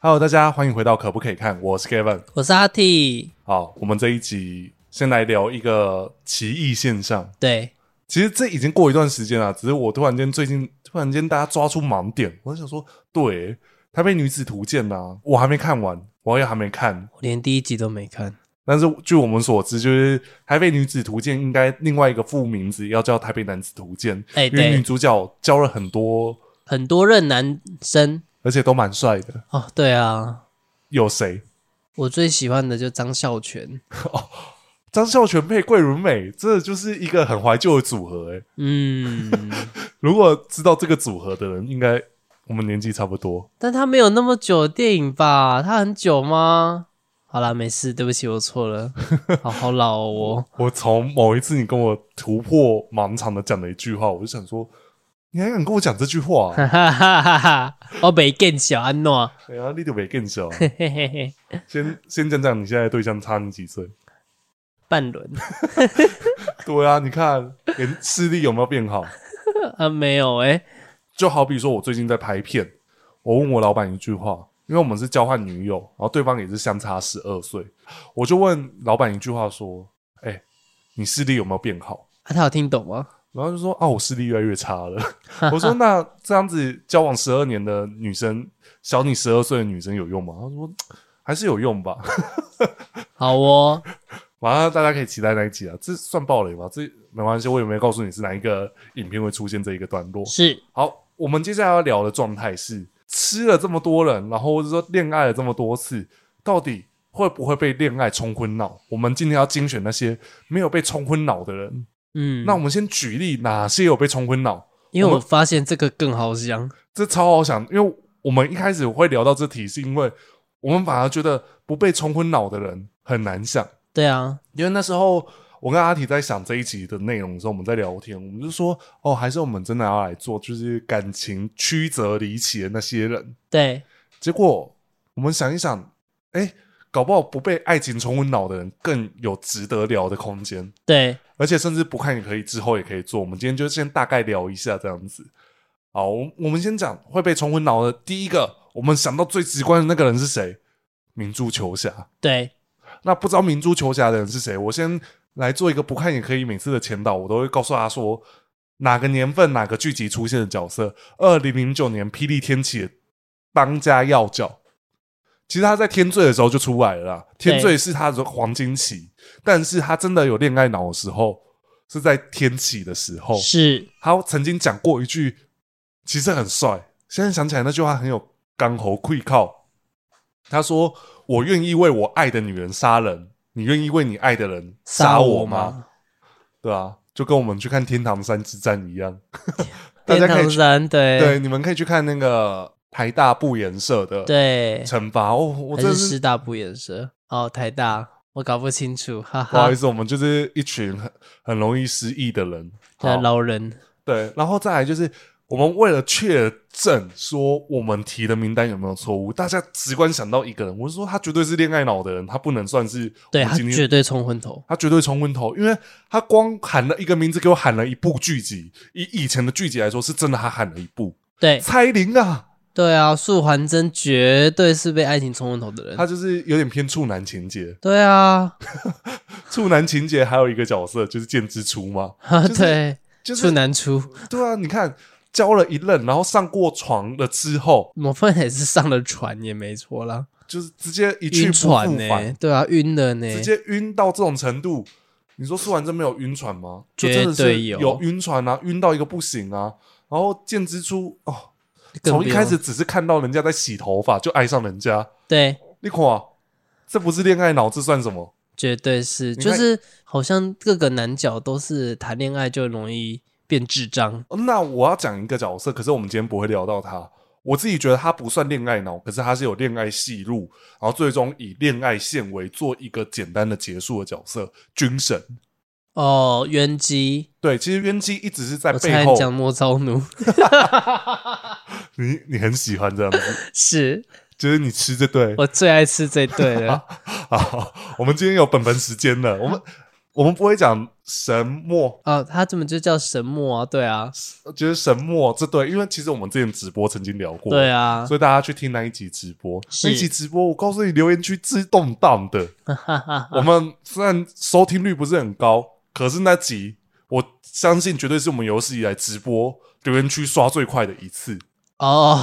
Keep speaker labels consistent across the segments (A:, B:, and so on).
A: Hello，大家欢迎回到可不可以看？我是 Kevin。
B: 我是阿 T，
A: 好，我们这一集先来聊一个奇异现象。
B: 对，
A: 其实这已经过一段时间了，只是我突然间最近突然间大家抓出盲点，我就想说，对，《台北女子图鉴》呐，我还没看完，我也还没看。
B: 我连第一集都没看。
A: 但是据我们所知，就是《台北女子图鉴》应该另外一个副名字要叫《台北男子图鉴》，
B: 哎
A: 因为
B: 对
A: 女主角交了很多，
B: 很多任男生
A: 而且都蛮帅的。
B: 哦，对啊，
A: 有谁？
B: 我最喜欢的就张孝全，
A: 张孝全配桂纶镁，这就是一个很怀旧的组合、欸。
B: 嗯，
A: 如果知道这个组合的人，应该我们年纪差不多。
B: 但他没有那么久的电影吧？他很久吗？好啦，没事，对不起，我错了，好好老哦，我
A: 我从某一次你跟我突破盲肠的讲了一句话，我就想说，你还敢跟我讲这句 话、啊？
B: 哈哈哈哈哈，我没更小安诺，
A: 哎呀，你都没更小、啊。
B: 嘿嘿嘿嘿，
A: 先先讲讲你现在的对象差你几岁？
B: 半轮
A: 对啊，你看连视力有没有变好？
B: 啊，没有哎、
A: 就好比说，我最近在拍片，我问我老板一句话，因为我们是交换女友，然后对方也是相差十二岁，我就问老板一句话说：“哎、你视力有没有变好？”
B: 啊，他有听懂吗？
A: 然后就说啊，我视力越来越差了。 我说那这样子交往十二年的女生，小你十二岁的女生有用吗？他说还是有用吧。
B: 好哦，
A: 完了，大家可以期待那一集啊，这算暴雷吗？这没关系，我也没告诉你是哪一个影片会出现这一个段落。
B: 是
A: 好，我们接下来要聊的状态是，吃了这么多人，然后或者说恋爱了这么多次，到底会不会被恋爱冲昏脑？我们今天要精选那些没有被冲昏脑的人。
B: 嗯，
A: 那我们先举例哪些有被冲昏脑。
B: 因为
A: 我
B: 我
A: 们
B: 发现这个更好香，
A: 这超好想，因为我们一开始会聊到这题，是因为我们反而觉得不被冲昏脑的人很难想，
B: 对啊，
A: 因为那时候我跟阿体在想这一集的内容的时候，我们在聊天，我们就说哦，还是我们真的要来做，就是感情曲折离奇的那些人。
B: 对，
A: 结果我们想一想，哎，搞不好不被爱情冲昏脑的人更有值得聊的空间。
B: 对，
A: 而且甚至不看也可以，之后也可以做。我们今天就先大概聊一下这样子。好，我我们先讲会被冲昏脑的第一个，我们想到最直观的那个人是谁？明珠球侠。
B: 对，
A: 那不知道明珠球侠的人是谁？我先来做一个不看也可以每次的前导，我都会告诉他说哪个年份哪个剧集出现的角色。二零零九年《霹雳天启》的当家要角，其实他在天罪的时候就出来了啦。天罪是他的黄金期，但是他真的有恋爱脑的时候是在天启的时候。
B: 是，
A: 他曾经讲过一句，其实很帅，现在想起来那句话很有刚喉愧靠。他说：“我愿意为我爱的女人杀人，你愿意为你爱的人杀我吗？”？对啊，就跟我们去看《天堂山之战》一样，大家
B: 天
A: 可以
B: 堂
A: 去
B: 山，对
A: 对，你们可以去看那个台大不颜社的
B: 对，
A: 惩罚哦，我
B: 还
A: 真的
B: 是
A: 是
B: 师大不眼舌？哦，台大，我搞不清楚，哈
A: 不好
B: 哈
A: 意，思，我们就是一群很很容易失忆的人。
B: 那
A: 好
B: 老人
A: 对，然后再来就是我们为了确证说我们提的名单有没有错误，大家直观想到一个人，我是说他绝对是恋爱脑的人，他不能算是
B: 对
A: 我
B: 他
A: 今天
B: 绝对冲昏头，
A: 他绝对冲昏头，因为他光喊了一个名字，给我喊了一部剧集，以以前的剧集来说，是真的他喊了一部
B: 对
A: 蔡依林啊，
B: 对啊，素还真绝对是被爱情冲昏头的人，
A: 他就是有点偏处男情节，
B: 对啊，
A: 处男情节还有一个角色就是剑之初嘛，
B: 哈
A: 就是
B: 对，
A: 就是
B: 处男出，
A: 对啊，你看交了一任，然后上过床了之后，
B: 某份也是上了船也没错啦，
A: 就是直接一去
B: 晕
A: 不复返
B: 船。呢，对啊，晕了呢，
A: 直接晕到这种程度，你说苏完真没有晕船吗？就真的
B: 绝
A: 是
B: 对有
A: 晕船啊，晕到一个不行啊。然后见之初哦，
B: 更
A: 从
B: 不
A: 一
B: 用
A: 开始只是看到人家在洗头发就爱上人家，
B: 对。
A: 你看、啊，这不是恋爱脑，这算什么？
B: 绝对是，
A: 你
B: 就
A: 看
B: 是好像各个男角都是谈恋爱就容易变智障，
A: 那我要讲一个角色，可是我们今天不会聊到他。我自己觉得他不算恋爱脑，可是他是有恋爱戏路，然后最终以恋爱线为做一个简单的结束的角色。军神
B: 哦，冤机，
A: 对，其实冤姬一直是在
B: 我
A: 背
B: 猜
A: 后
B: 你，讲莫 昭奴
A: 你你很喜欢这样子，
B: 是
A: 就是你吃 这对，
B: 我最爱吃这对了，
A: 好，我们今天有本本时间了。我们我们不会讲神墨，
B: 啊，他怎么就叫神木啊？对啊，
A: 就是神墨这对，因为其实我们之前直播曾经聊过，
B: 对啊，
A: 所以大家去听那一集直播，
B: 是
A: 那一集直播，我告诉你，留言区自动荡 的。
B: 哈哈哈。
A: 我们虽然收听率不是很高，可是那集我相信绝对是我们有史以来直播留言区刷最快的一次。
B: 哦，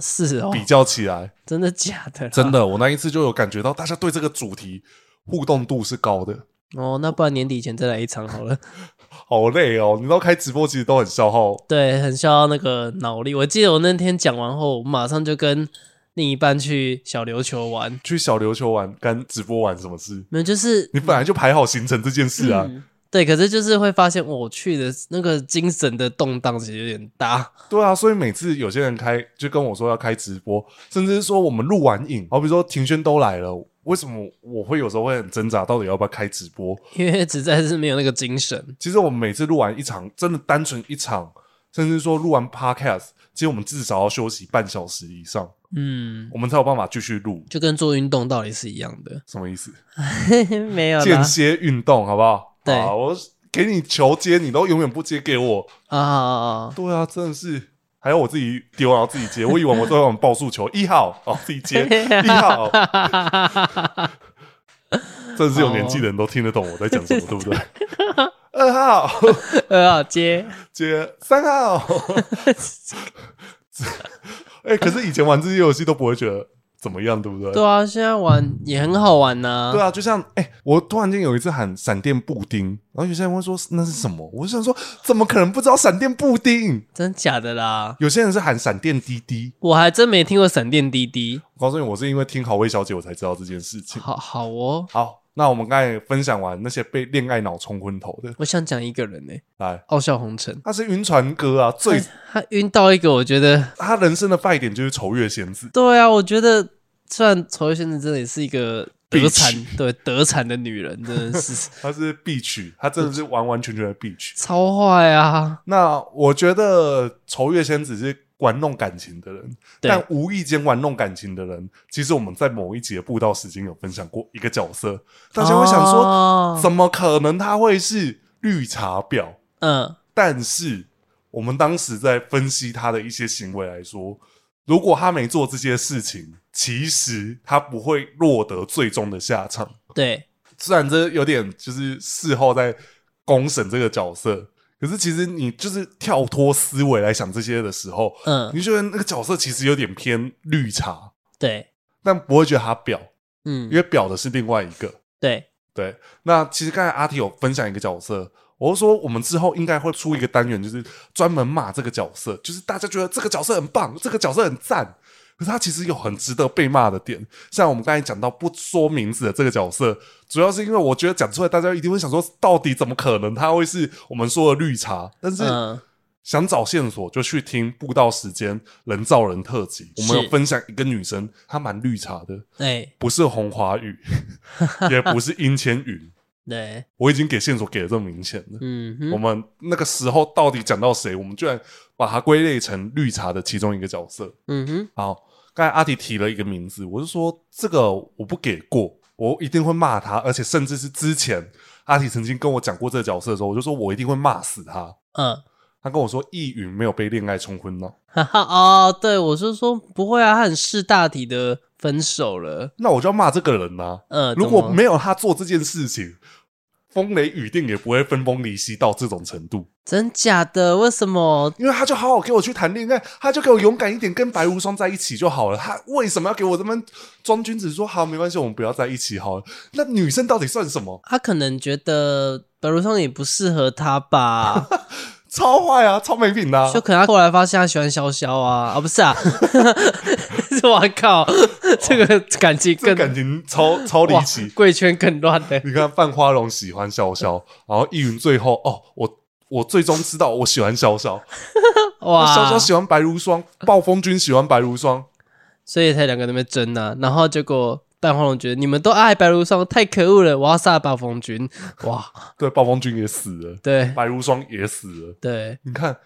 B: 是哦，
A: 比较起来，
B: 真的假的？
A: 真。的，我那一次就有感觉到大家对这个主题互动度是高的。
B: 哦，那不然年底前再来一场好了。
A: 好累哦，你知道开直播其实都很消耗
B: 对，很消耗那个脑力。我记得我那天讲完后，我马上就跟另一半去小琉球玩。
A: 去小琉球玩跟直播玩什么事？
B: 没有，就是
A: 你本来就排好行程这件事啊，
B: 嗯对，可是就是会发现我去的那个精神的动荡其实有点大。
A: 对啊，所以每次有些人开就跟我说要开直播，甚至是说我们录完影，好比说庭轩都来了，为什么我会有时候会很挣扎，到底要不要开直播？
B: 因为实在是没有那个精神。
A: 其实我们每次录完一场，真的单纯一场，甚至说录完 podcast，其实我们至少要休息半小时以上，
B: 嗯，
A: 我们才有办法继续录。
B: 就跟做运动道理是一样的。
A: 什么意思？
B: 没 有
A: 间
B: 啦
A: 歇运动，好不好？
B: 对
A: 好我给你球接，你都永远不接给我。
B: 啊啊啊！ 啊
A: 对啊，真的是。还要我自己丢，然后自己接。我以为我在玩报速球，一号 哦，自己接一号，真的是有年纪的人都听得懂我在讲什么，对不对？二号
B: 二号街，
A: 接三号， 哎、可是以前玩这些游戏都不会觉得怎么样，对不对？
B: 对啊，现在玩也很好玩呐、
A: 对啊，就像哎、我突然间有一次喊闪电布丁，然后有些人会说那是什么？我就想说，怎么可能不知道闪电布丁？
B: 真假的啦，
A: 有些人是喊闪电滴滴。
B: 我还真没听过闪电滴滴。
A: 我告诉你，我是因为听好味小姐我才知道这件事情。
B: 好好哦，
A: 好，那我们刚才分享完那些被恋爱脑冲昏头的，
B: 我想讲一个人呢、
A: 来，
B: 傲笑红尘，
A: 他是晕船哥啊，最
B: 他晕到一个，我觉得，
A: 他人生的败点就是仇月仙子，
B: 对啊，我觉得虽然仇月仙子真的也是一个得
A: Bitch
B: 产，对得产的女人，真 的是
A: 他是 B 曲，他真的是完完全全的 B 曲。
B: 超坏啊！
A: 那我觉得仇月仙子是玩弄感情的人，
B: 对
A: 但无意间玩弄感情的人，其实我们在某一节布道时间有分享过一个角色，大家会想说，
B: 哦
A: 怎么可能他会是绿茶婊？
B: 嗯，
A: 但是我们当时在分析他的一些行为来说，如果他没做这些事情，其实他不会落得最终的下场。
B: 对，
A: 虽然这有点就是事后在公审这个角色，可是其实你就是跳脱思维来想这些的时候，
B: 嗯，
A: 你就觉得那个角色其实有点偏绿茶，
B: 对，
A: 但不会觉得他婊，因
B: 嗯，
A: 为婊的是另外一个。
B: 对，
A: 对，那其实刚才阿 T 有分享一个角色，我是说我们之后应该会出一个单元，就是专门骂这个角色，就是大家觉得这个角色很棒，这个角色很赞，可是他其实有很值得被骂的点。像我们刚才讲到不说名字的这个角色，主要是因为我觉得讲出来，大家一定会想说，到底怎么可能他会是我们说的绿茶？但是
B: 嗯，
A: 想找线索，就去听《步道时间人造人特辑》，我们
B: 是
A: 有分享一个女生，她蛮绿茶的，
B: 哎，
A: 不是红华雨，也不是殷千云。
B: 对，
A: 我已经给线索给的这么明显了。
B: 嗯
A: 我
B: 哼，
A: 们那个时候到底讲到谁？我们居然把它归类成绿茶的其中一个角色。
B: 嗯哼，
A: 好，刚才阿迪提了一个名字，我是说这个我不给过，我一定会骂他，而且甚至是之前阿迪曾经跟我讲过这个角色的时候，我就说我一定会骂死他。
B: 嗯。
A: 他跟我说易云没有被恋爱冲昏脑，
B: 哈哈 哦，对，我是说不会啊，他很识大体的分手了。
A: 那我就要骂这个人呐、啊
B: 嗯、
A: 如
B: 怎
A: 果
B: 么
A: 没有他做这件事情，风雷雨定也不会分崩离析到这种程度。
B: 真假的，为什么？
A: 因为他就好好给我去谈恋爱，他就给我勇敢一点，跟白无双在一起就好了。他为什么要给我这么装君子说好没关系，我们不要在一起好了？那女生到底算什么？
B: 他可能觉得白如松也不适合 他吧，
A: 超坏啊，超没品的、啊
B: 就。可能他后来发现他喜欢潇潇啊，啊不是啊， 我靠，这个感情
A: 这
B: 更
A: 感情超超离
B: 哇
A: 奇，。
B: 贵圈更乱 的。
A: 你看范花荣喜欢潇潇，然后易云最后哦，我我最终知道我喜欢潇潇，
B: 哇，
A: 潇潇喜欢白如霜，暴风君喜欢白如霜，
B: 所以才两个人在那边争呢、然后结果半花龙觉得你们都爱白如松，太可恶了，我要杀暴风君。哇，
A: 对，暴风君也死了，
B: 对
A: 白如霜也死了。
B: 对，
A: 你看，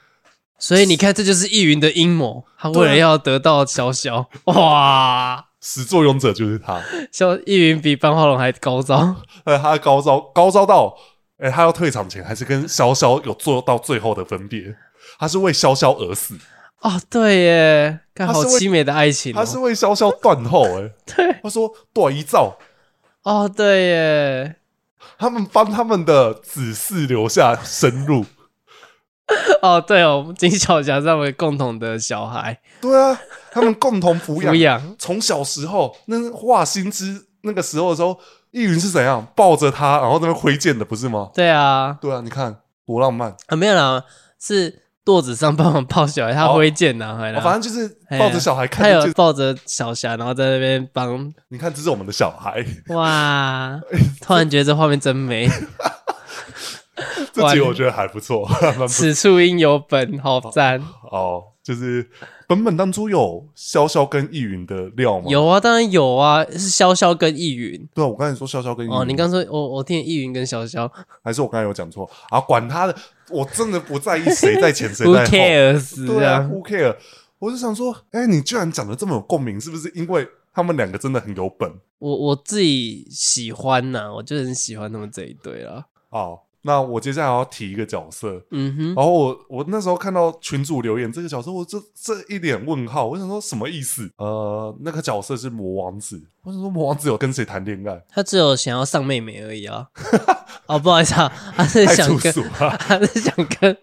B: 所以你看，这就是易云的阴谋，他
A: 对啊
B: 为了要得到潇潇，哇，
A: 始作俑者就是他。
B: 潇易云比班花龙还高招，
A: 呃，他的高招高招到哎、他要退场前还是跟潇潇有做到最后的分别，他是为潇潇而死，
B: 哦，对耶，看
A: 他
B: 好
A: 是为
B: 凄美的爱情、哦，
A: 他是为潇潇断后、哎，
B: 对，
A: 他说断一照，
B: 哦，对耶，
A: 他们帮他们的子嗣留下生路。
B: 哦，对哦，我们金小霞是他们共同的小孩
A: 对啊，他们共同抚
B: 抚
A: 养。
B: 养，
A: 从小时候，那华新之那个时候的时候，易云是怎样抱着他，然后在那边挥剑的，不是吗？
B: 对啊，
A: 对啊，你看多浪漫。
B: 啊，没有啦，是垛子上帮忙抱小孩，他
A: 哦
B: 挥剑拿回来，
A: 哦反正就是
B: 哎呀
A: 抱着小孩
B: 他
A: 看
B: 有
A: 见，
B: 抱着小霞，然后在那边帮，
A: 你看这是我们的小孩，
B: 哇，突然觉得这画面真美，
A: 这集我觉得还不错， 还蛮不
B: 此处应有本，好赞，
A: 哦。就是本本当初有潇潇跟易云的料吗？，
B: 有啊，当然有啊，是潇潇跟易云。
A: 对啊，我刚才说潇潇跟易云，
B: 哦，你刚说，我我听易云跟潇潇
A: 还是我刚才有讲错啊？管他的，我真的不在意谁在 前谁
B: ，Who
A: 在后。
B: cares？这
A: 对啊
B: 样
A: ，Who care？我就想说，哎、你居然讲的这么有共鸣，是不是因为他们两个真的很有本
B: 我我自己喜欢呐、我就很喜欢他们这一对啦。
A: 哦，那我接下来要提一个角色，
B: 嗯哼，
A: 然后我我那时候看到群主留言这个角色，我这这一脸问号，我想说什么意思？呃，那个角色是魔王子，我想说魔王子有跟谁谈恋爱？
B: 他只有想要上妹妹而 已啊。哦，不好意思啊，他是
A: 太
B: 想
A: 粗
B: 跟
A: 俗了
B: 他是想跟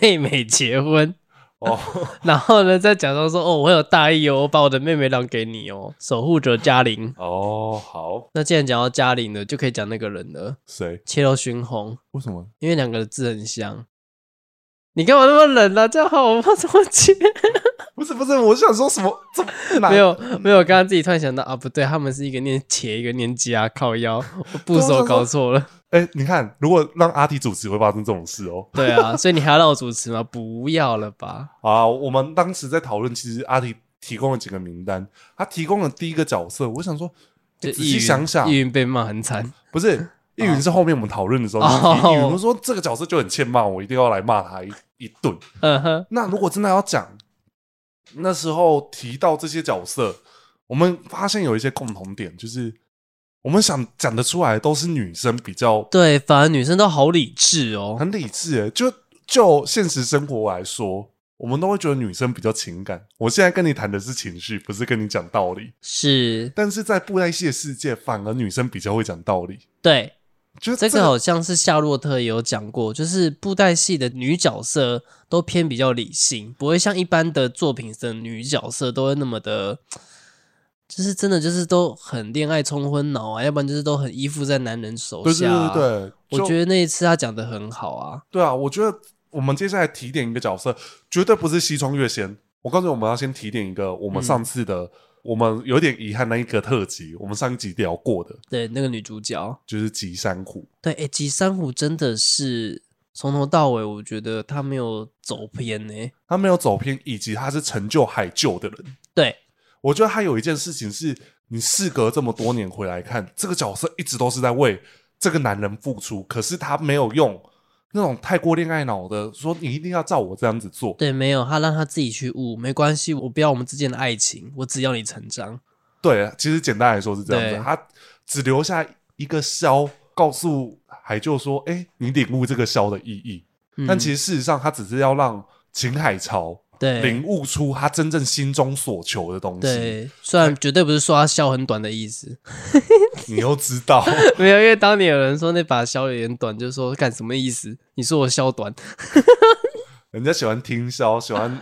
B: 妹妹结婚，
A: 哦，
B: 然后呢再假装说哦，我有大意哦，我把我的妹妹让给你哦，守护者嘉玲。
A: 哦，好，
B: 那既然讲到嘉玲了，就可以讲那个人了，
A: 谁？
B: 切肉熏红，
A: 为什么？
B: 因为两个的字很像。你干嘛那么冷啊？这样好，我不知道怎么 接。
A: 不是不是，我想说什么？这 哪
B: 没有没有，刚刚自己突然想到啊，不对，他们是一个念铁，一个念家，靠腰，我部
A: 啊
B: 首搞错了。
A: 哎、你看，如果让阿迪主持，会发生这种事哦。
B: 对啊，所以你还要让我主持吗？不要了吧。
A: 啊，我们当时在讨论，其实阿迪提供了几个名单，他提供了第一个角色，我想说，哎
B: 就
A: 仔
B: 易
A: 细
B: 云
A: 想想
B: 易，云被骂很惨。
A: 不是易云是后面我们讨论的时候，
B: 啊哦
A: 就是易云我说这个角色就很欠骂，我一定要来骂他一一顿。
B: 嗯哼，
A: 那如果真的要讲，那时候提到这些角色，我们发现有一些共同点，就是我们想讲得出来都是女生比较
B: 对，反而女生都好理智哦。
A: 很理智诶，就就现实生活来说，我们都会觉得女生比较情感。我现在跟你谈的是情绪，不是跟你讲道理。
B: 是，
A: 但是在布袋戏的世界，反而女生比较会讲道理。
B: 对，
A: 就是
B: 这
A: 这
B: 个好像是夏洛特也有讲过，就是布袋戏的女角色都偏比较理性，不会像一般的作品的女角色都会那么的，就是真的就是都很恋爱冲昏脑啊，要不然就是都很依附在男人手
A: 对对
B: 下、啊。
A: 对对对，
B: 我
A: 就
B: 觉得那一次他讲的很好啊，
A: 对啊，我觉得我们接下来提点一个角色，绝对不是西窗月仙。我告诉你，我们要先提点一个我们上次的，我们有点遗憾那一个特辑，我们上一集聊过的，
B: 对那个女主角，
A: 就是吉山虎。
B: 对，诶，吉山虎真的是从头到尾，我觉得他没有走偏呢、
A: 他没有走偏，以及他是成就海救的人。
B: 对，
A: 我觉得他有一件事情是，你事隔这么多年回来看，这个角色一直都是在为这个男人付出，可是他没有用那种太过恋爱脑的，说你一定要照我这样子做。
B: 对，没有，他让他自己去悟，没关系，我不要我们之间的爱情，我只要你成长。
A: 对，其实简单来说是这样
B: 对
A: 子，他只留下一个枭，告诉海舅说：“哎、你领悟这个枭的意义。
B: 嗯、
A: 但其实事实上，他只是要让秦海潮
B: 对
A: 领悟出他真正心中所求的东西。
B: 对，虽
A: 哎
B: 然绝对不是说他箫很短的 意思，
A: 你又知道，
B: 没有，因为当年有人说那把箫有点短，就是说干什么意思？你说我箫短，
A: 人家喜欢听箫，喜欢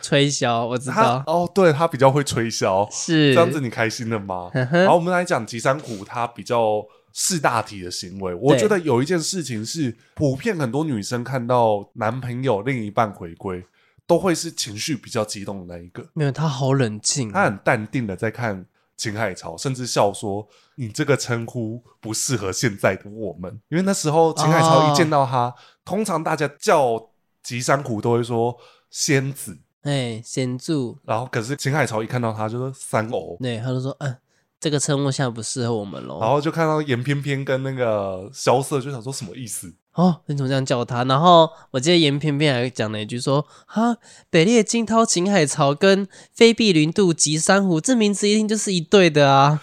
B: 吹箫，我知
A: 他
B: 道
A: 哦，对他比较会吹箫，
B: 是
A: 这样子，你开心了吗？
B: 呵
A: 然
B: 呵
A: 后我们来讲吉山虎，他比较是大体的行为。我觉得有一件事情是普遍很多女生看到男朋友另一半回归，都会是情绪比较激动的那一个。
B: 没有，他好冷静
A: 他
B: 啊，
A: 很淡定的在看秦海潮，甚至笑说：“你这个称呼不适合现在的我们。”因为那时候秦海潮一见到
B: 哦
A: 他，通常大家叫吉山虎都会说“仙子
B: 哎，显著，”，
A: 然后可是秦海潮一看到他就说“三偶”，
B: 对，他就说，嗯、这个称呼现在不适合我们
A: 然
B: 喽。
A: 后就看到严翩翩跟那个萧瑟，就想说什么意思？
B: 哦，你怎么这样叫他？然后我记得严偏偏还讲了一句说：“哈，北列惊涛秦海潮跟菲比林渡及珊瑚，这名字一定就是一对的啊！”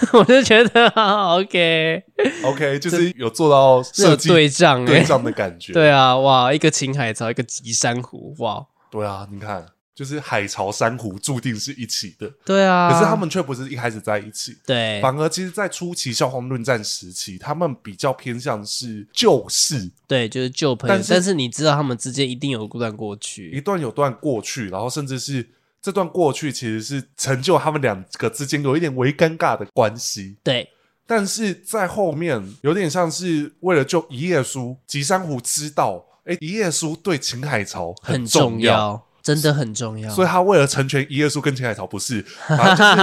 B: 我就觉得 啊，OK，
A: OK，就是有做到
B: 这
A: 设
B: 有
A: 计
B: 对仗哎、
A: 对 仗的感觉。
B: 对啊，哇，一个秦海潮，一个极珊瑚，哇，
A: 对啊，你看，就是海潮珊瑚注定是一起的，
B: 对啊。哎
A: 可是他们却不是一开始在一起。
B: 对
A: 反而，其实，在初期消防论战时期，他们比较偏向是旧事，
B: 对，就是旧朋友，
A: 但
B: 但
A: 是
B: 你知道他们之间一定有段过
A: 一
B: 去，
A: 段有段过去，然后甚至是这段过去其实是成就他们两个之间有一点微尴尬的关系。
B: 对
A: 但是在后面有点像是为了救一页书，吉山湖知道，哎，一页书对秦海潮
B: 很
A: 重
B: 重要，真的很重要。
A: 所以他为了成全一页书跟秦海潮不是， 反正就是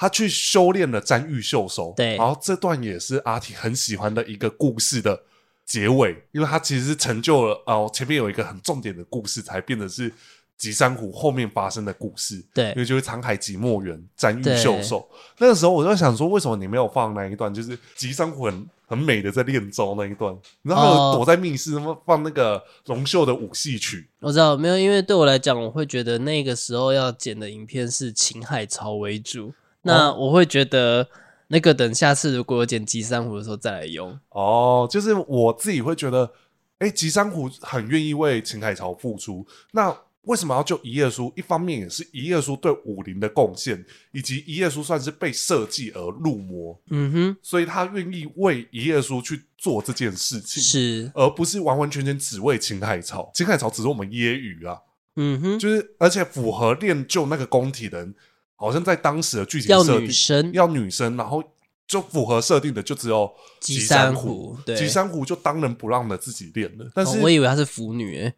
A: 他去修炼了沾玉秀手，
B: 对
A: 然后这段也是阿提很喜欢的一个故事的结尾，因为他其实是成就了哦，前面有一个很重点的故事，才变得是吉山湖后面发生的故事，因
B: 对
A: 为就是长海即墨缘沾玉
B: 对
A: 秀手。那个时候我就想说，为什么你没有放那一段？就是吉山湖很很美的在练招那一段，然后
B: 哦
A: 躲在密室，那么放那个龙秀的舞戏曲，
B: 我知道没有，因为对我来讲，我会觉得那个时候要剪的影片是秦海潮为主，
A: 哦
B: 那我会觉得那个等下次如果有剪吉三虎的时候再来用。
A: 哦，就是我自己会觉得，哎，吉山湖很愿意为秦海潮付出，那为什么要救一页书？一方面也是一页书对武林的贡献，以及一页书算是被设计而入魔，
B: 嗯哼，
A: 所以他愿意为一页书去做这件事情，
B: 是，
A: 而不是完完全全只为秦海潮。秦海潮只是我们揶揄啊，
B: 嗯哼，
A: 就是而且符合练就那个宫体人，好像在当时的剧情
B: 要
A: 设
B: 女
A: 定
B: 生，
A: 要女生，然后就符合设定的就只有
B: 吉
A: 吉
B: 山
A: 山
B: 虎
A: 虎，
B: 对
A: 吉山虎就当仁不让的自己练了。但
B: 哦
A: 是
B: 我以为她是腐女、欸，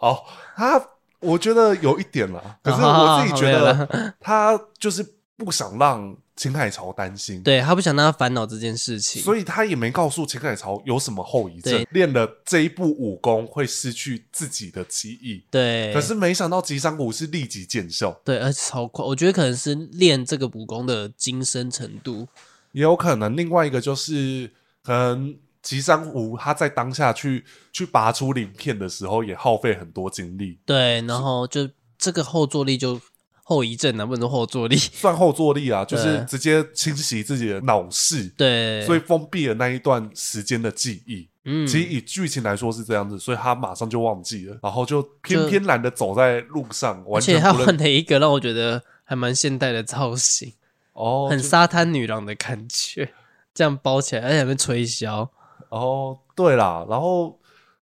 A: 哦，他我觉得有一点啦，可是
B: 好哦好好
A: 我自己觉
B: 好
A: 得他就是不想让秦海潮担心，
B: 对她不想让她烦恼这件事情，
A: 所
B: 以
A: 以他也没告诉秦海潮有什么后遗症
B: 对，
A: 练了这一部武功会失去自己的记忆。
B: 对，
A: 可是没想到吉山虎是立即见效，
B: 对，而且超快，我觉得可能是练这个武功的精深程度。
A: 也有可能另外一个就是可能吉山湖他在当下去去拔出鳞片的时候，也耗费很多精力，
B: 对，然后就这个后坐力就后遗症啊，不能说后坐力。
A: 算后坐力啊，就是
B: 对
A: 直接清洗自己的脑室，
B: 对，
A: 所以封闭了那一段时间的记忆。
B: 嗯，
A: 其实以剧情来说是这样子，所以他马上就忘记了，然后就偏偏懒得走在路上，
B: 而
A: 完
B: 且
A: 全
B: 他
A: 不
B: 换
A: 认
B: 了一个让我觉得还蛮现代的造型，
A: 哦，
B: 很
A: 就
B: 沙滩女郎的感觉，这样包起来，而且还被吹箫。
A: 哦，对啦，然后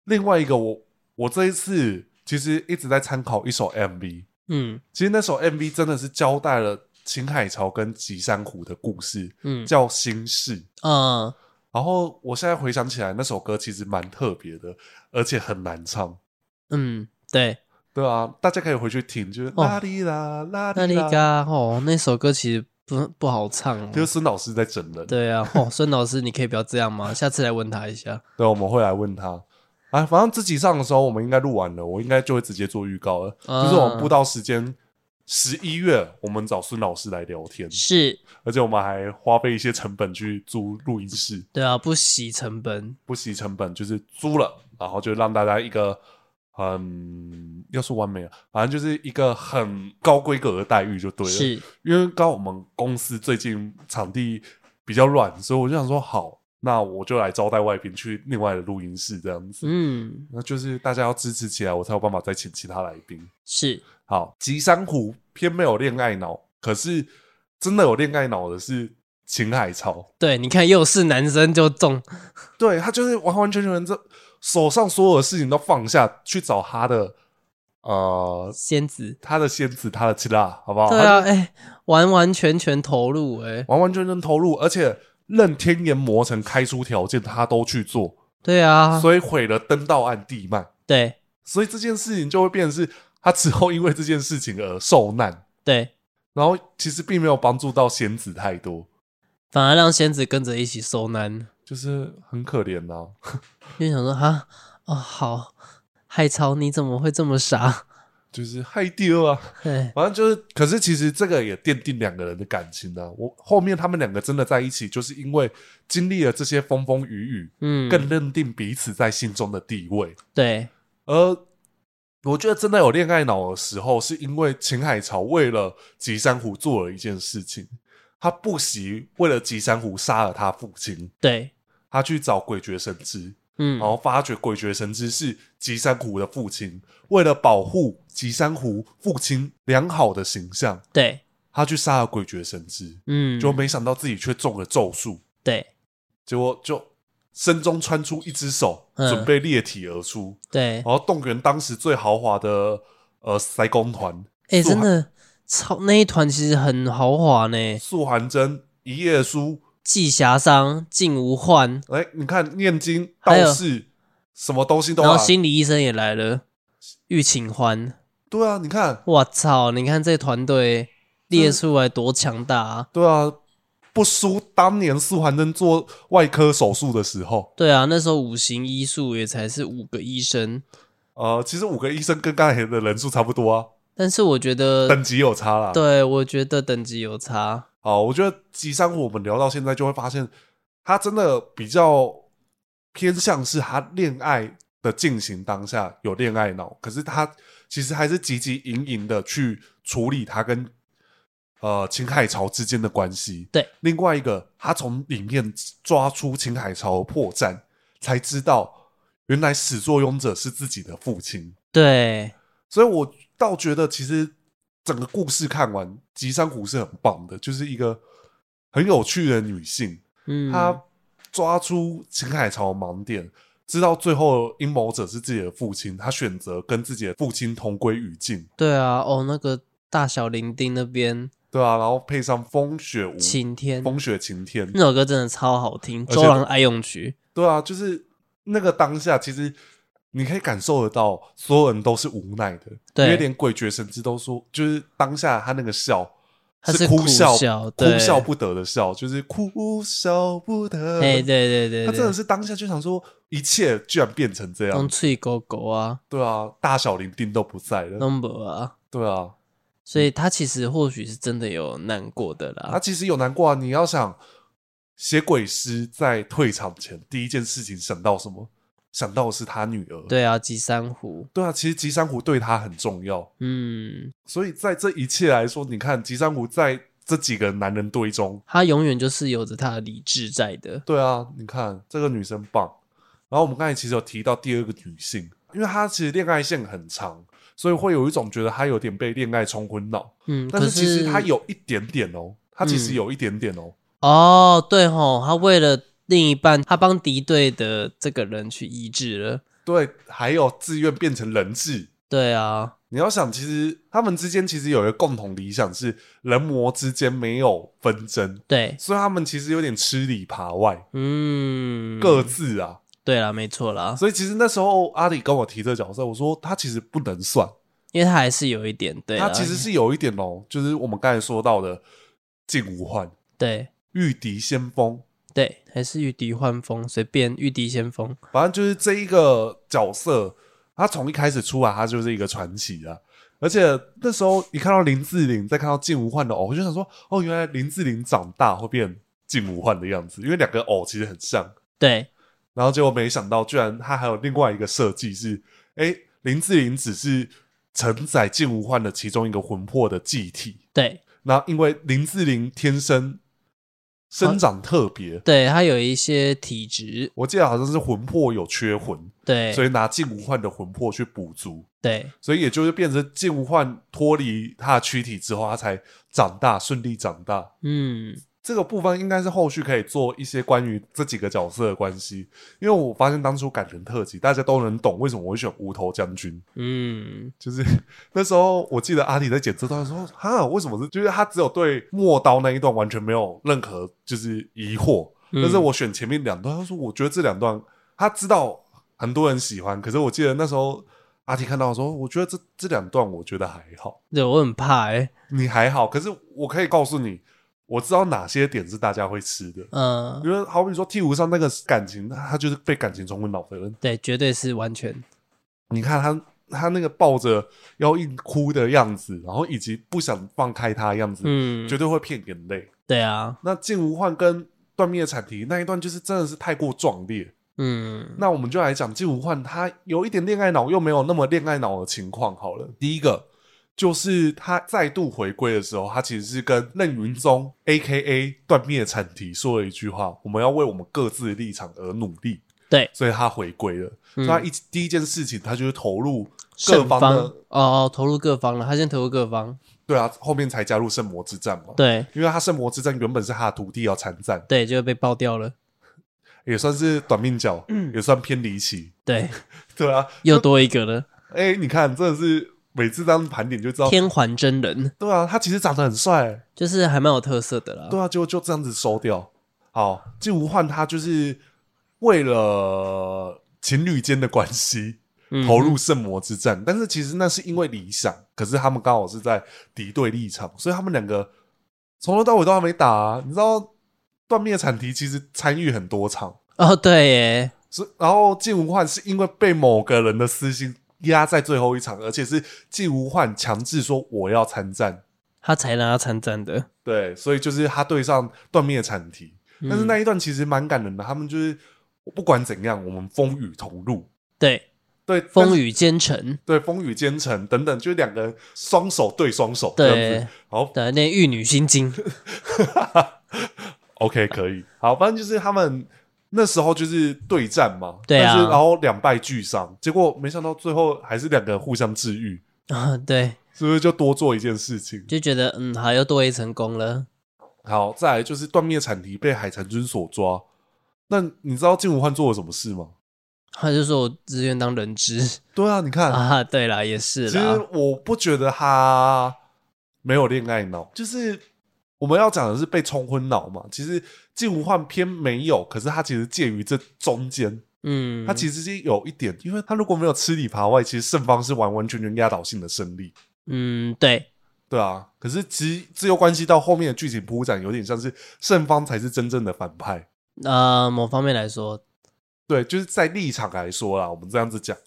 A: 另外一个我我这一次其实一直在参考一首 MV，
B: 嗯
A: 其实那首 MV 真的是交代了秦海潮跟吉山虎的故事，
B: 嗯
A: 叫《心事》。
B: 嗯，
A: 然后我现在回想起来，那首歌其实蛮特别的，而且很难唱。
B: 嗯，对，
A: 对啊，大家可以回去听，就是
B: 哦
A: 啦哩啦啦
B: 那
A: 哩
B: 丽
A: 啦，
B: 嘎哦，那首歌其实不不好唱、哦。
A: 就是孙老师在整人。
B: 对啊， 哦，孙老师，你可以不要这样吗？下次来问他一下。
A: 对，我们会来问他。啊，反正自己上的时候，我们应该录完了，我应该就会直接做预告了。
B: 啊
A: 就是我们布到时间十一月，我们找孙老师来聊天，
B: 是，
A: 而且我们还花费一些成本去租录音室。
B: 对啊，不惜成本，
A: 不惜成本，就是租了，然后就让大家一个很要说完美啊，反正就是一个很高规格的待遇就对了。
B: 是
A: 因为刚好我们公司最近场地比较乱，所以我就想说，好，那我就来招待外宾去另外的录音室这样子。
B: 嗯，
A: 那就是大家要支持起来，我才有办法再请其他来宾。
B: 是
A: 好，吉山湖偏没有恋爱脑，可是真的有恋爱脑的是秦海潮。
B: 对，你看又是男生就中，
A: 对他就是完完全全这手上所有的事情都放下去找他的呃
B: 仙子，
A: 他的仙子他的妻啦，好不好？
B: 对
A: 哦他
B: 啊，哎、完完全全投入、哎，
A: 完完全全投入，而且任天炎魔城开出条件他都去做，
B: 对啊，
A: 所以毁了登道岸地脉，
B: 对
A: 所以这件事情就会变成是他之后因为这件事情而受难，
B: 对，
A: 然后其实并没有帮助到仙子太多，
B: 反而让仙子跟着一起受难，
A: 就是很可怜啊呐、
B: 就想说哈，哦好，海潮你怎么会这么傻？
A: 就是嗨丢啊，
B: 哎，
A: 反正就是，可是其实这个也奠定两个人的感情啊。我后面他们两个真的在一起，就是因为经历了这些风风雨
B: 嗯
A: 雨，，更认定彼此在心中的地位。
B: 对，
A: 而我觉得真的有恋爱脑的时候，是因为秦海潮为了吉山虎做了一件事情，他不惜为了吉山虎杀了他父亲，
B: 对，
A: 他去找鬼绝神之，
B: 嗯
A: 然，后发觉鬼绝神之是吉山虎的父亲，为了保护吉山虎父亲良好的形象。
B: 对，
A: 他去杀了鬼绝神之，
B: 嗯，
A: 就没想到自己却中了咒术，
B: 对
A: 结果就身中穿出一只手，
B: 嗯
A: 准备裂体而出。
B: 对，
A: 然后动员当时最豪华的呃塞工团，
B: 哎，
A: 素
B: 真
A: 还
B: 的超那一团其实很豪华呢，
A: 素还真、一页书，
B: 季霞商、静无患，
A: 哎，你看念经、
B: 还有
A: 道士，什么东西都
B: 然
A: 来
B: 后。心理医生也来了，玉清欢，
A: 对啊，你看，
B: 我操！你看这团队
A: 嗯
B: 列出来多强大啊！
A: 对啊，不输当年素还真做外科手术的时候。
B: 对啊，那时候五行医术也才是五个医生，
A: 呃，其实五个医生跟刚才的人数差不多啊，
B: 但是我觉得，
A: 等级有差啦。
B: 对我觉得等级有差。
A: 好，我觉得吉山虎我们聊到现在就会发现，他真的比较偏向是他恋爱的进行当下有恋爱脑，可是他其实还是汲汲营营的去处理他跟呃秦海潮之间的关系。
B: 对，
A: 另外一个他从里面抓出秦海潮的破绽，才知道原来始作俑者是自己的父亲。
B: 对，
A: 所以我倒觉得，其实整个故事看完，吉山虎是很棒的，就是一个很有趣的女性，
B: 嗯，
A: 她抓出秦海潮的盲点，知道最后阴谋者是自己的父亲，她选择跟自己的父亲同归于尽，
B: 对啊，哦，那个大小伶仃那边，
A: 对啊，然后配上风雪无
B: 晴天
A: 嗯风雪晴天，
B: 那首歌真的超好听，
A: 且
B: 周郎爱用曲。
A: 对啊，就是那个当下，其实你可以感受得到，所有人都是无奈的，
B: 对
A: 因为连鬼绝神之都说，就是当下他那个笑。
B: 他是
A: 哭笑
B: 哭笑哦对
A: 哭笑不得的笑，就是哭笑不得。
B: 哎，对对对，
A: 他真的
B: 是
A: 是当下就想说，一切居然变成这样，
B: 弄脆狗狗啊，
A: 对啊，大小伶仃都不在了，
B: 弄不啊，
A: 对啊，
B: 所以他其实或许是真的有难过的
A: 他
B: 啦。
A: 其实有难过啊。你要想写鬼诗在退场前，第一件事情想到什么？想到的是他女儿，
B: 对啊，吉山湖，
A: 对啊，其实吉山湖对他很重要，
B: 嗯，
A: 所以在这一切来说，你看吉山湖在这几个男人堆中，
B: 他永远就是有着他的理智在的。
A: 对啊，你看这个女生棒。然后我们刚才其实有提到第二个女性，因为她其实恋爱线很长，所以会有一种觉得她有点被恋爱冲昏脑。
B: 嗯，
A: 但
B: 可
A: 是其实她有一点点哦，她其实
B: 嗯
A: 有一点点哦，
B: 哦，对吼，他为了另一半，他帮敌对的这个人去医治了。
A: 对，还有自愿变成人质。
B: 对啊，
A: 你要想，其实他们之间其实有一个共同理想是人魔之间没有纷争，
B: 对，
A: 所以他们其实有点吃里扒外，
B: 嗯，
A: 各自啊。
B: 对啦，没错啦，
A: 所以其实那时候阿里跟我提这个角色，我说他其实不能算，
B: 因为他还是有一点对啦，
A: 他其实是有一点哦，就是我们刚才说到的静无患、
B: 对
A: 御敌先锋，
B: 对，还是御敌换风，随便御敌先锋。
A: 反正就是这一个角色，他从一开始出来，他就是一个传奇啊。而且那时候一看到林志玲，再看到静无患的偶，我就想说，哦，原来林志玲长大会变静无患的样子，因为两个偶其实很像。
B: 对，
A: 然后结果没想到，居然他还有另外一个设计是，哎，林志玲只是承载静无患的其中一个魂魄的寄体。
B: 对，
A: 那因为林志玲天生生长特别，
B: 对，他有一些体质，
A: 我记得好像是魂魄有缺魂，
B: 对，
A: 所以拿静无患的魂魄去补足，
B: 对，
A: 所以也就是变成静无患脱离他的躯体之后，他才长大，顺利长大。
B: 嗯，
A: 这个部分应该是后续可以做一些关于这几个角色的关系，因为我发现当初感人特辑，大家都能懂为什么我会选无头将军。
B: 嗯，
A: 就是那时候，我记得阿里在剪这段的时候，哈，为什么是？就是他只有对陌刀那一段完全没有任何就是疑惑，
B: 嗯
A: 但是我选前面两段，他说我觉得这两段他知道很多人喜欢，可是我记得那时候阿提看到说，我觉得这这两段我觉得还好，
B: 对我很怕哎、
A: 你还好，可是我可以告诉你，我知道哪些点是大家会吃的，
B: 嗯、
A: 因为好比说剃无上那个感情，他就是被感情冲昏脑的人，
B: 对，绝对是完全
A: 你看他他那个抱着要硬哭的样子，然后以及不想放开他的样子，
B: 嗯，
A: 绝对会骗眼泪。
B: 对啊，
A: 那剑无患跟断灭产提那一段就是真的是太过壮烈。
B: 嗯
A: 那我们就来讲剑无患，他有一点恋爱脑，又没有那么恋爱脑的情况。好了，第一个就是他再度回归的时候，他其实是跟任云宗 （A.K.A. 断灭产提）说了一句话：“我们要为我们各自的立场而努力。”
B: 对，
A: 所以他回归了。所
B: 嗯
A: 以他一第一件事情，他就是投入各
B: 胜
A: 方
B: 方
A: 的
B: 哦，哦，投入各方了，他先投入各方，
A: 对啊，后面才加入圣魔之战嘛。
B: 对
A: 因为他圣魔之战原本是他的徒弟要参战，
B: 对，就被爆掉了，
A: 也算是短命角，
B: 嗯
A: 也算偏离奇。
B: 对，
A: 对啊，
B: 又多一个了，
A: 哎、你看，真的是每次这样盘点就知道，
B: 天环真人，
A: 对啊，他其实长得很帅、
B: 就是还蛮有特色的啦，
A: 对啊，就就这样子收掉。好，季无患他就是为了情侣间的关系
B: 嗯
A: 投入圣魔之战，但是其实那是因为理想，可是他们刚好是在敌对立场，所以他们两个从头到尾都还没打、啊。你知道，断灭产提其实参与很多场，
B: 哦，对耶，
A: 是，然后季无患是因为被某个人的私心压在最后一场，而且是季无患强制说我要参战，
B: 他才让他参战的，
A: 对，所以就是他对上断灭产提，但是
B: 嗯
A: 那一段其实蛮感人的，他们就是不管怎样，我们风雨同路，
B: 对，
A: 对，但
B: 风
A: 是
B: 雨兼程，
A: 对风雨兼程等等，就是两个人双手对双手这样子，
B: 对
A: 然后
B: 对，那玉女心经，
A: OK 可以，好，反正就是他们那时候就是对战嘛，
B: 对啊
A: 但是然后两败俱伤，结果没想到最后还是两个人互相治愈。
B: 啊，对，
A: 是不是就多做一件事情？
B: 就觉得嗯，好，又多一层功了，
A: 好，再来就是断灭产提被海城君所抓。那你知道金无患做了什么事吗？
B: 他就说我自愿当人质
A: 对啊，你看，
B: 啊，对啦，也是
A: 其
B: 啦
A: 实，我不觉得他没有恋爱脑，就是我们要讲的是被冲昏脑嘛。其实金无患偏没有，可是他其实介于这中间，
B: 嗯，
A: 他其实是有一点，因为他如果没有吃里扒外，其实胜方是完完全全压倒性的胜利。
B: 嗯，对，
A: 对啊，可是其实这又关系到后面的剧情铺展，有点像是胜方才是真正的反派。
B: 呃，某方面来说，
A: 对，就是在立场来说啦，我们这样子讲，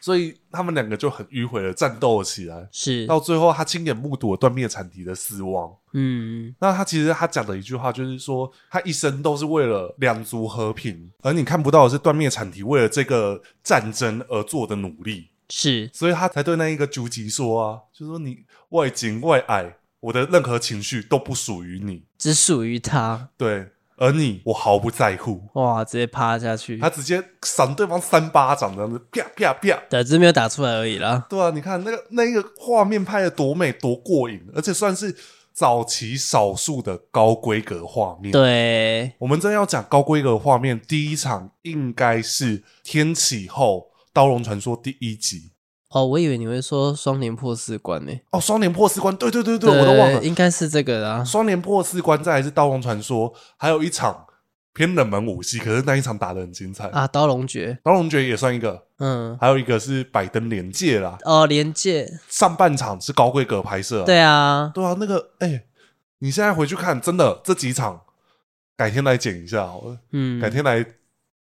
A: 所以他们两个就很迂回的战斗了起来。
B: 是，
A: 到最后，他亲眼目睹了断灭产提的死亡。
B: 嗯，
A: 那他其实他讲的一句话就是说，他一生都是为了两族和平，而你看不到的是断灭产提为了这个战争而做的努力，
B: 是，
A: 所以他才对那一个究极说啊，就说你外景外矮，我的任何情绪都不属于你，
B: 只属于他，
A: 对，而你我毫不在乎。
B: 哇，直接趴下去
A: 他，直接赏对方三巴掌，这样子啪啪啪，
B: 对，只是没有打出来而已啦，
A: 对啊，你看那个那一个画面拍的多美多过瘾，而且算是早期少数的高规格画面。，
B: 对，
A: 我们真要讲高规格画面，第一场应该是《天启后刀龙传说》第一集
B: 哦，我以为你会说双年破四关呢、
A: 哦，双连破四关，对对对对，我都忘了，
B: 应该是这个啦，
A: 双连破四关，再来是刀龙传说，还有一场偏冷门武戏，可是那一场打的很精彩。
B: 啊，刀龙诀，
A: 刀龙诀也算一个，
B: 嗯，
A: 还有一个是百灯连界啦。
B: 哦，连界，
A: 上半场是高规格拍摄、啊，
B: 对啊，
A: 对啊，那个哎、你现在回去看，真的这几场，改天来剪一下好了，
B: 嗯，
A: 改天来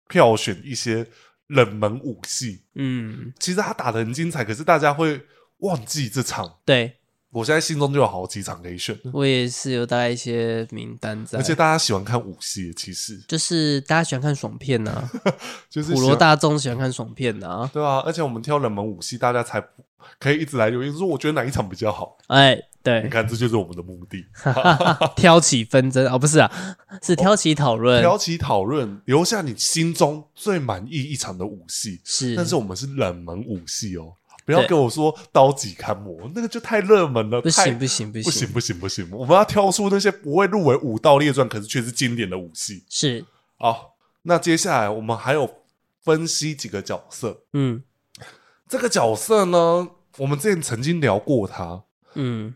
A: 票选一些冷门武戏。
B: 嗯，
A: 其实他打的很精彩，可是大家会忘记这场。
B: 对
A: 我现在心中就有好几场可以选，
B: 我也是有大概一些名单嗯在，
A: 而且大家喜欢看武戏，其实
B: 就是大家喜欢看爽片呐、啊
A: 就是
B: 普
A: 喜
B: 罗
A: 欢
B: 大众喜欢看爽片呐、
A: 对啊，而且我们挑冷门武戏，大家才不可以一直来留言说我觉得哪一场比较好。
B: 哎，
A: 你
B: 对，
A: 看，这就是我们的目的，
B: 挑起纷争哦，不是啊，是挑起讨论，
A: 挑起讨论，留下你心中最满意一场的武戏。
B: 是，
A: 但是我们是冷门武戏哦，不要
B: 对
A: 跟我说刀戟勘魔，那个就太热门了，
B: 不
A: 太
B: 行不行不
A: 不
B: 行，
A: 不行不行，我们要挑出那些不会入围武道列传，可是却是经典的武戏。
B: 是，
A: 好，那接下来我们还有分析几个角色，
B: 嗯
A: 这个角色呢，我们之前曾经聊过他，
B: 嗯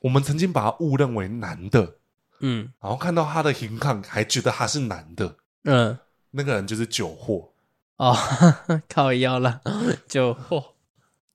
A: 我们曾经把他误认为男的，
B: 嗯
A: 然后看到他的形象还觉得他是男的，
B: 嗯，
A: 那个人就是酒货。
B: 哦， 靠腰了， 就
A: 哦
B: 嚯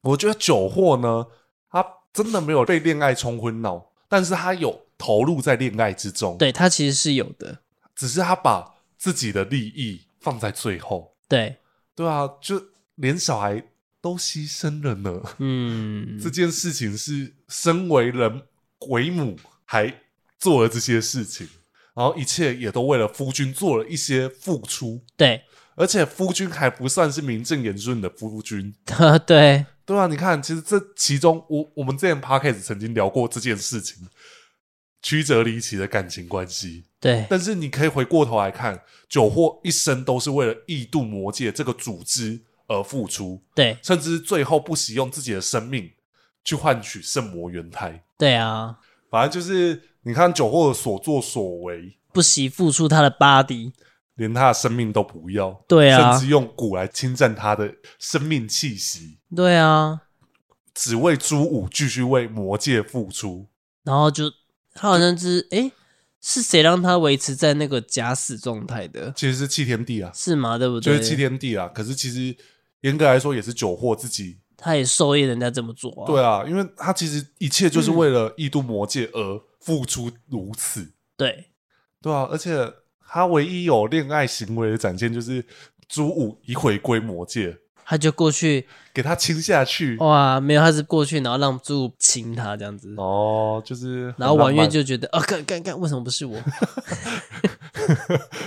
A: 我觉得酒货呢，他真的没有被恋爱冲昏脑，但是他有投入在恋爱之中，，
B: 对他其实是有的，
A: 只是他把自己的利益放在最后，
B: 对，
A: 对啊，就连小孩都牺牲了呢。
B: 嗯，
A: 这件事情是身为人鬼母还做了这些事情，然后一切也都为了夫君做了一些付出，
B: 对，
A: 而且夫君还不算是名正言顺的夫君，
B: 对，
A: 对啊，你看，其实这其中，我我们之前 podcast 曾经聊过这件事情，曲折离奇的感情关系。
B: 对，
A: 但是你可以回过头来看，酒祸一生都是为了异度魔界这个组织而付出，
B: 对，
A: 甚至最后不惜用自己的生命去换取圣魔原胎。
B: 对啊，
A: 反正就是，你看酒祸的所作所为，
B: 不惜付出他的 body，
A: 连他的生命都不要，
B: 对啊
A: 甚至用蛊来侵占他的生命气息，
B: 对啊，
A: 只为朱武继续为魔界付出。
B: 然后就他好像是诶，是谁让他维持在那个假死状态的？
A: 其实是弃天帝啊，
B: 是吗？对不
A: 就
B: 对？
A: 是弃天帝啊。可是其实严格来说也是酒祸自己，
B: 他也受益人家这么做啊。
A: 对啊，因为他其实一切
B: 嗯
A: 就是为了异度魔界而付出如此，
B: 对
A: 对啊，而且他唯一有恋爱行为的展现就是朱武一回归魔界，
B: 他就过去
A: 给他亲下去，哦
B: 哇，没有，他是过去然后让猪五亲他这样子，
A: 哦就是
B: 然后婉
A: 月
B: 月就觉得啊，干干干，为什么不 是我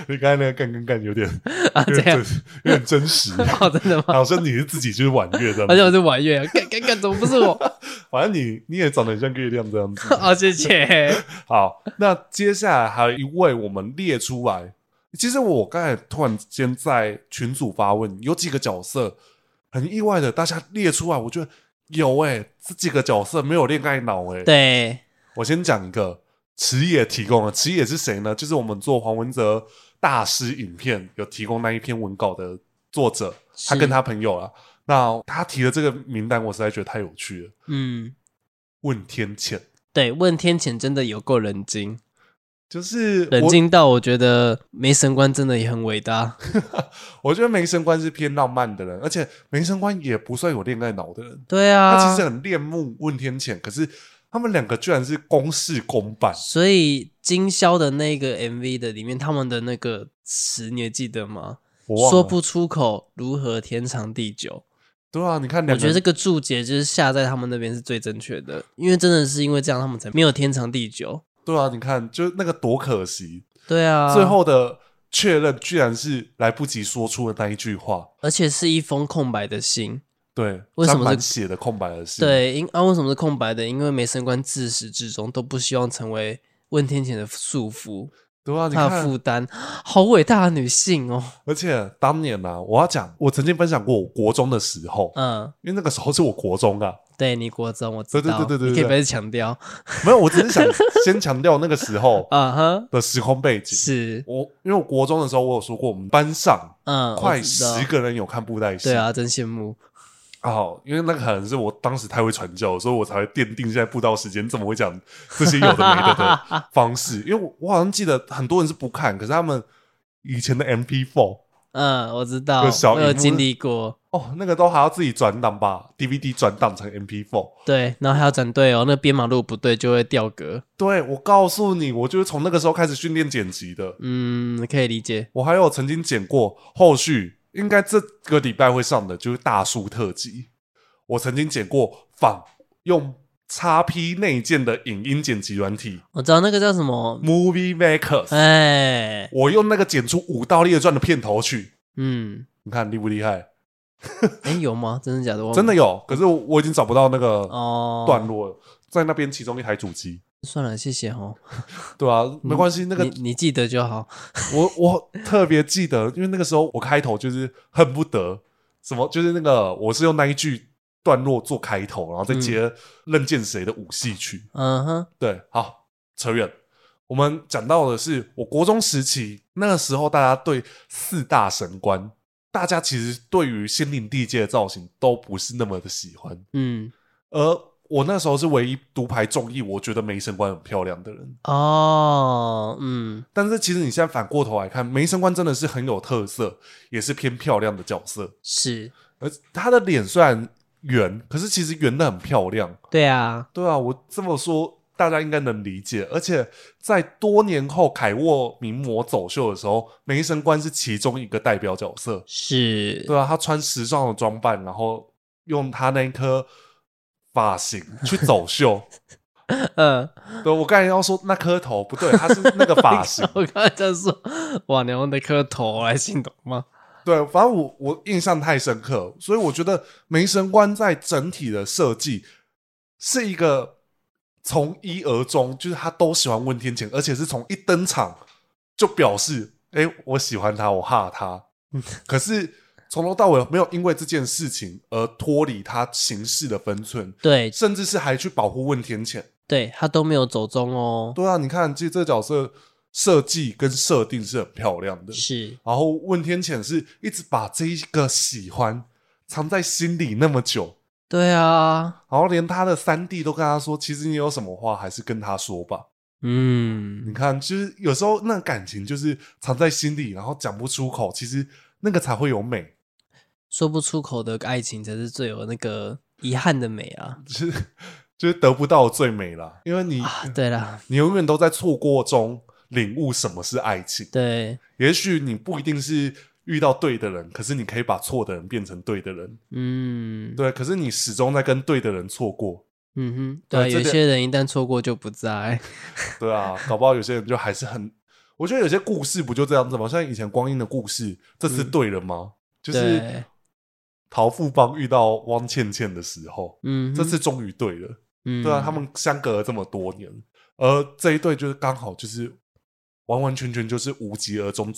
A: 你刚才那个干干干有 点
B: 啊？
A: 有
B: 这
A: 点
B: 样
A: 真，有点真实，
B: 哦，真的吗？
A: 好像你是自己就是婉月这
B: 好像
A: 样
B: 我
A: 子，
B: 是婉月啊，干干干，怎么不是我？
A: 反正你你也长得很像月亮这样子，
B: 哦，谢谢。
A: 好，那接下来还有一位我们列出来。其实我刚才突然间在群组发问，有几个角色很意外的，大家列出来，我觉得有哎、这几个角色没有恋爱脑哎、
B: 对，
A: 我先讲一个，池野提供了，池野是谁呢？就是我们做黄文泽大师影片有提供那一篇文稿的作者，他
B: 是
A: 跟他朋友啊。那他提的这个名单，我实在觉得太有趣了。
B: 嗯，
A: 问天谴，
B: 对，问天谴真的有够冷静，
A: 就是
B: 冷
A: 我
B: 静到我觉得梅神官真的也很伟大。
A: 我觉得梅生官是偏浪漫的人，而且梅生官也不算有恋爱脑的人，
B: 对啊，
A: 他其实很恋慕问天谴，可是他们两个居然是公事公办，
B: 所以今宵的那个 MV 的里面，他们的那个词你也记得吗？
A: 我忘了
B: 说不出口，如何天长地久？
A: 对啊，你看
B: 我
A: 两
B: 觉
A: 个
B: 得
A: 人，
B: 这个注解就是下在他们那边是最正确的，因为真的是因为这样，他们才没有天长地久。
A: 对啊，你看就是那个多可惜，
B: 对啊，
A: 最，后的确认居然是来不及说出的那一句话，
B: 而且是一封空白的信。
A: 对，
B: 为什么
A: 张
B: 是
A: 满写的空白的信？，
B: 对，因啊为什么是空白的？因为梅神官自始至终都不希望成为问天谴的束缚，
A: 对啊，你
B: 他的
A: 看，
B: 负担。 好伟大的女性哦，
A: 而且当年呢、啊，我要讲，我曾经分享过我国中的时候，
B: 嗯，
A: 因为那个时候是我国中啊，
B: 对，你国中我知
A: 对对
B: 道，
A: 对对对
B: 你可以
A: 对
B: 不要一直强调
A: 没有，我只是想先强调那个时候
B: 啊哈。
A: 的时空背景。
B: 是，
A: 我因为我国中的时候，我有说过，我们班上
B: 嗯，
A: 快
B: 我知道
A: 十，个人有看布袋戏。
B: 对，啊，真羡慕。
A: 哦，因为那可能是我当时太会传教，所以我才会奠定现在布道时间这么会讲这些有的没的 的方式。因为我我好像记得很多人是不看，可是他们以前的 MP Four
B: 嗯，我知道，
A: 有小
B: 我有
A: 荧幕
B: 经
A: 的
B: 历过，
A: 哦，那个都还要自己转档吧，DVD 转档成 MP Four。
B: 对，然后还要转队哦，那编码如果不对就会掉格，
A: 对，我告诉你，我就是从那个时候开始训练剪辑的。
B: 嗯，可以理解。
A: 我还有曾经剪过，后续应该这个礼拜会上的就是大叔特辑。我曾经剪过仿用 x P 内建的影音剪辑软体
B: 我知道那个叫什么，
A: Movie Maker，、s
B: 哎，
A: 我用那个剪出《武道列传》的片头曲，
B: 嗯，
A: 你看厉不厉害？
B: 哎，有吗？真的假的？我
A: 真的有，可是我我已经找不到那个
B: 哦，
A: 段落了，在那边其中一台主机。
B: 算了，谢谢哦。
A: 对啊，没关系，那个
B: 你你记得就好。
A: 我我特别记得，因为那个时候我开头就是恨不得什么，就是那个我是用那一句段落做开头，然后再接任见谁的舞戏曲。
B: 嗯哼，
A: 对，好，扯远。我们讲到的是，我国中时期那个时候，大家对四大神官，大家其实对于仙灵地界的造型都不是那么的喜欢，
B: 嗯，
A: 而我那时候是唯一独排众议，我觉得梅神官很漂亮的人。
B: 哦，嗯，
A: 但是其实你现在反过头来看，梅生官真的是很有特色，也是偏漂亮的角色。
B: 是，
A: 而她的脸虽然圆，可是其实圆的很漂亮。
B: 对啊，
A: 对啊，我这么说大家应该能理解。而且在多年后凯沃名模走秀的时候，梅生官是其中一个代表角色。
B: 是，
A: 对啊，她穿时尚的装扮，然后用他那一颗发型去走秀。
B: 嗯，。
A: 对我刚才要说那颗头不对，他是那个发型
B: 我刚才在说，哇，你用那颗头来形容吗？
A: 对，反正我我印象太深刻，所以我觉得梅神官在整体的设计是一个从一而终，就是他都喜欢问天晴，而且是从一登场就表示，哎、我喜欢他，我哈他。可是从头到尾没有因为这件事情而脱离他行事的分寸，
B: 对
A: 甚至是还去保护问天浅。
B: 对，他都没有走中哦，
A: 对啊，你看，其实这个角色设计跟设定是很漂亮的。
B: 是
A: 然后问天谴是一直把这一个喜欢藏在心里那么久，
B: 对啊，
A: 然后连他的三弟都跟他说，其实你有什么话还是跟他说吧。你
B: 嗯，
A: 看，就是有时候那感情就是藏在心里，然后讲不出口，其实那个才会有美。
B: 说不出口的爱情才是最有那个遗憾的美啊
A: 就是就是得不到最美啦，因为你、
B: 啊！对啦，
A: 你永远都在错过中领悟什么是爱情。
B: 对，
A: 也许你不一定是遇到对的人，可是你可以把错的人变成对的人。
B: 嗯，
A: 对，可是你始终在跟对的人错过。
B: 嗯哼，对啊，
A: 对这
B: 有
A: 点
B: 些人一旦错过就不在，
A: 对啊，搞不好有些人就还是很，我觉得有些故事不就这样子吗？像以前光阴的故事，这次对了吗？就是
B: 嗯对，
A: 陶富邦遇到汪倩倩的时候，
B: 嗯哼，
A: 这次终于对了。
B: 嗯，
A: 对啊，他们相隔了这么多年，而这一对就是刚好就是完完全全就是无疾而终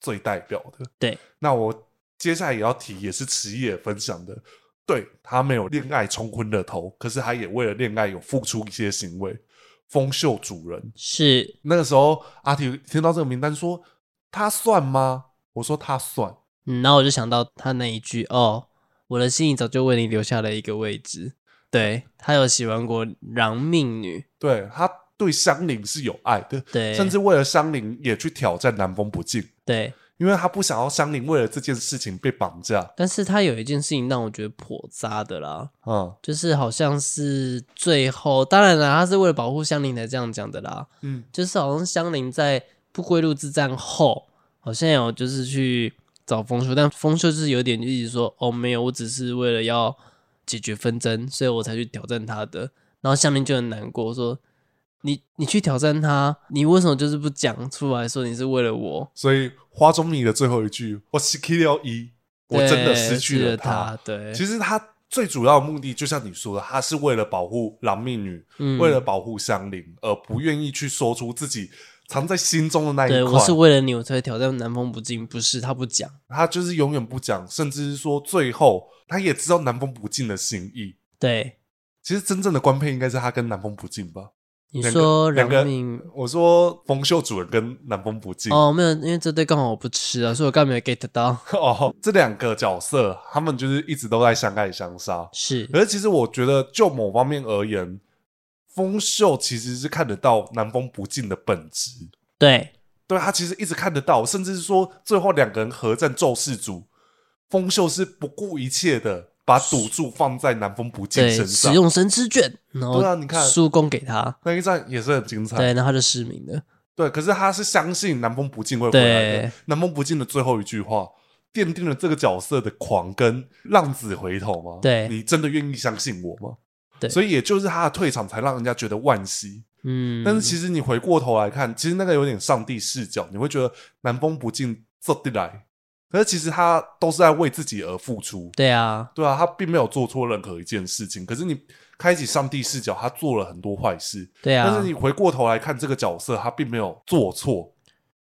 A: 最代表的。
B: 对，
A: 那我接下来也要提，也是迟野分享的。对他没有恋爱冲昏了头，可是他也为了恋爱有付出一些行为。丰秀主人，
B: 是
A: 那个时候，阿提听到这个名单说他算吗？我说他算，
B: 嗯，然后我就想到他那一句哦，我的心里早就为你留下了一个位置。对他有喜欢过穰命女，
A: 对他对香菱是有爱的，
B: 对，
A: 甚至为了香菱也去挑战南风不进，
B: 对，
A: 因为他不想要香菱为了这件事情被绑架。
B: 但是他有一件事情让我觉得颇渣的啦，
A: 嗯
B: 就是好像是最后，当然啦，他是为了保护香菱才这样讲的啦，
A: 嗯，
B: 就是好像香菱在不归路之战后，好像有就是去找丰秀，但丰秀就是有点一直说哦没有，我只是为了要解决纷争，所以我才去挑战他的。然后香菱就很难过，说你你去挑战他，你为什么就是不讲出来说你是为了我？
A: 所以花中米的最后一句，我失去了一，我真的
B: 对
A: 失去了
B: 他
A: 他。。
B: 对，
A: 其实他最主要的目的，就像你说的，他是为了保护狼命女，
B: 嗯
A: 为了保护香菱，而不愿意去说出自己藏在心中的那一块。
B: 对我是为了你，我才会挑战南风不进，不是他不讲。
A: 他就是永远不讲，甚至是说最后他也知道南风不尽的心意。
B: 对，
A: 其实真正的官配应该是他跟南风不尽吧？
B: 你
A: 两个
B: 说
A: 两
B: 饶
A: 个
B: 命
A: 我说冯秀主人跟南风不尽哦
B: 哦，没有，因为这对刚好我不吃啊，所以我刚刚没有 get 到。
A: 哦 这两个角色他们就是一直都在相爱相杀。
B: 是，
A: 可是其实我觉得，就某方面而言，风秀其实是看得到南风不尽的本质。
B: 对，
A: 对他其实一直看得到，甚至是说最后两个人合战救世主，风秀是不顾一切的把赌注放在南风不尽
B: 对，
A: 身
B: 使
A: 上。
B: 用神之卷，然后
A: 对啊你看
B: 输攻给他，
A: 那一战也是很精彩。
B: 对，然后他就失明了。
A: 对可是他是相信南风不尽会回来的
B: 对。
A: 南风不尽的最后一句话，奠定了这个角色的狂跟浪子回头吗？
B: 对
A: 你真的愿意相信我吗？
B: 对
A: 所以也就是他的退场才让人家觉得惋惜。
B: 嗯，
A: 但是
B: 实
A: 其实你回过头来看，其实那个有点上帝视角，你会觉得南风不尽做得来，可是其实他都是在为自己而付出。
B: 对啊，
A: 对啊，他并没有做错任何一件事情。可是你开启上帝视角，他做了很多坏事，
B: 对啊，
A: 但是你回过头来看这个角色，他并没有做错。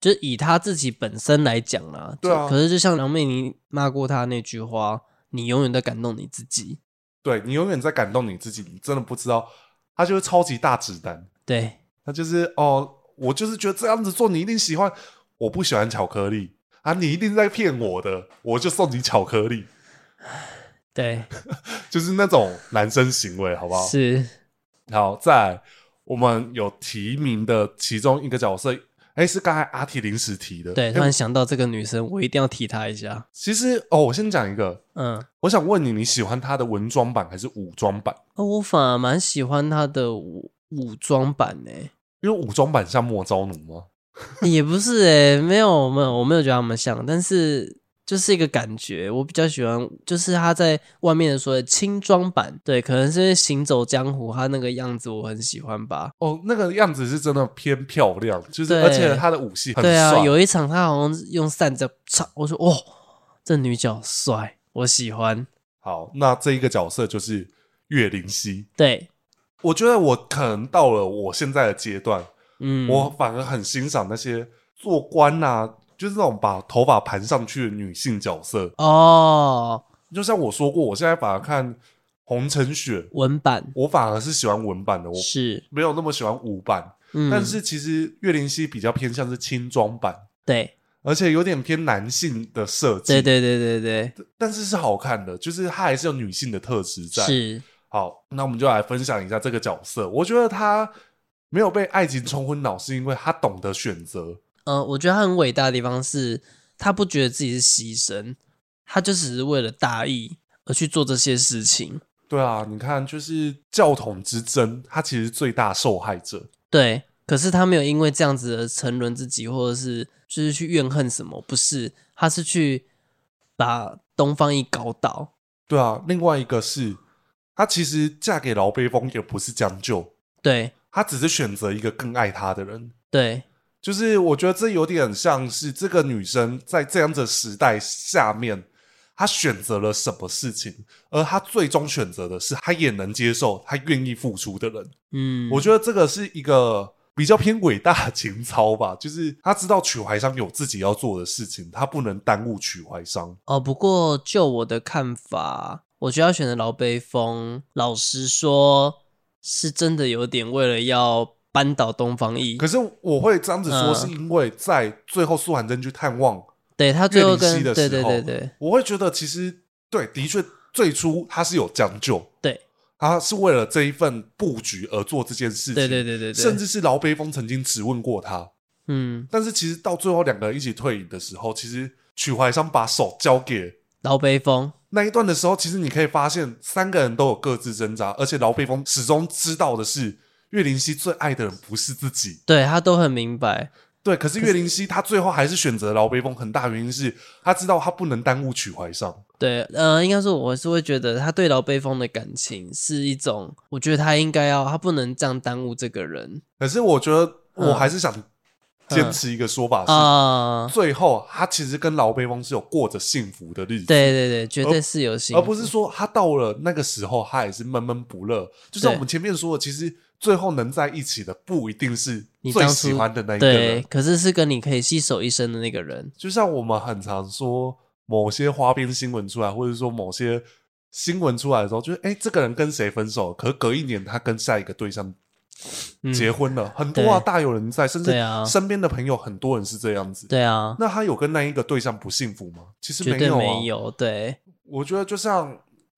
B: 就是以他自己本身来讲啦，
A: 对啊
B: 就可是就像梁妹你骂过他那句话，你永远在感动你自己。
A: 对你永远在感动你自己，你真的不知道，他就是超级大直男，
B: 对，
A: 他就是哦，我就是觉得这样子做你一定喜欢，我不喜欢巧克力啊，你一定在骗我的，我就送你巧克力，
B: 对，
A: 就是那种男生行为，好不好？
B: 是，
A: 好，再来我们有提名的其中一个角色，哎，是刚才阿 T 临时提的，
B: 对，突
A: 哎
B: 然想到这个女生，我一定要提她一下。
A: 其实哦，我先讲一个，
B: 嗯，
A: 我想问你，你喜欢他的文装版还是武装版？
B: 哦我反而蛮喜欢她的武武装版欸呢、
A: 因为武装版像莫昭奴吗？
B: 欸也不是诶、没有，没有，我没有觉得他们像，但是就是一个感觉，我比较喜欢，就是他在外面的说的轻装版，对，可能是因为《行走江湖》他那个样子我很喜欢吧。
A: 哦，那个样子是真的偏漂亮，就是
B: 对
A: 而且她的武戏很
B: 对啊，
A: 帅。
B: 有一场他好像用扇子插，我说哦，这女角帅，我喜欢。
A: 好，那这一个角色就是岳灵溪。
B: 对，
A: 我觉得我可能到了我现在的阶段，
B: 嗯，
A: 我反而很欣赏那些做官呐、就是那种把头发盘上去的女性角色。
B: 哦，
A: 就像我说过，我现在反而看红尘雪，
B: 文版
A: 我反而是喜欢文版的，我
B: 是，
A: 没有那么喜欢武版。
B: 嗯，
A: 但是其实岳灵溪比较偏向是轻装版，
B: 对，
A: 而且有点偏男性的设计。
B: 对对对对对，
A: 但是是好看的，就是它还是有女性的特质在。
B: 是，
A: 好，那我们就来分享一下这个角色。我觉得她没有被爱情冲昏脑，是因为她懂得选择。
B: 呃，我觉得他很伟大的地方是，他不觉得自己是牺牲，他就只是为了大义而去做这些事情。
A: 对啊，你看，就是教统之争，她其实最大受害者。
B: 对，可是他没有因为这样子而沉沦自己，或者是就是去怨恨什么，不是，他是去把东方一搞倒。
A: 对啊，另外一个是她其实嫁给劳悲风也不是将就，
B: 对
A: 她只是选择一个更爱她的人。
B: 对，
A: 就是我觉得这有点像是这个女生在这样的时代下面，她选择了什么事情，而她最终选择的是她也能接受、她愿意付出的人。
B: 嗯，
A: 我觉得这个是一个比较偏伟大的情操吧，就是她知道曲怀商有自己要做的事情，她不能耽误曲怀商。
B: 哦，不过就我的看法，我觉得要选择老北风，老实说，是真的有点为了要扳倒东方一
A: 可。是我会这样子说，
B: 嗯
A: 是因为在最后苏寒真去探望，
B: 对他最
A: 岳
B: 后
A: 灵
B: 跟
A: 溪的
B: 对
A: 时
B: 对
A: 候
B: 对对
A: 我会觉得其实对，的确最初她是有将就。
B: 对
A: 他是为了这一份布局而做这件事情，
B: 对对对对对，
A: 甚至是劳北风曾经质问过他，
B: 嗯，
A: 但是其实到最后两个人一起退隐的时候，其实曲怀商把手交给
B: 老北风，
A: 那一段的时候，其实你可以发现三个人都有各自挣扎，而且劳北风始终知道的是岳灵溪最爱的人不是自己，
B: 对他都很明白，
A: 对，可是岳灵溪他最后还是选择劳北风，很大原因是他知道他不能耽误曲怀商，
B: 对，呃，应该说我是会觉得他对老北风的感情是一种，我觉得他应该要，他不能这样耽误这个人
A: 可是我觉得我
B: 嗯
A: 还是想坚持一个说法是。
B: 啊、
A: 最后，他其实跟劳北风是有过着幸福的日子。
B: 对对对，绝对是有心，
A: 而不是说他到了那个时候，他也是闷闷不乐。就像我们前面说的，其实最后能在一起的不一定是
B: 你
A: 最
B: 当
A: 喜
B: 初
A: 欢的那一个
B: 对，
A: 人。
B: 可是是跟你可以携手一生的那个人，
A: 就像我们很常说某些花边新闻出来，或者说某些新闻出来的时候，就是哎、诶这个人跟谁分手，可是隔一年他跟下一个对象
B: 嗯，
A: 结婚了，很多啊，
B: 对
A: 大有人在，甚至
B: 对啊
A: 身边的朋友很多人是这样子。
B: 对啊，
A: 那他有跟那一个对象不幸福吗？其实
B: 绝
A: 没
B: 对
A: 有啊，
B: 没有，对，
A: 我觉得就像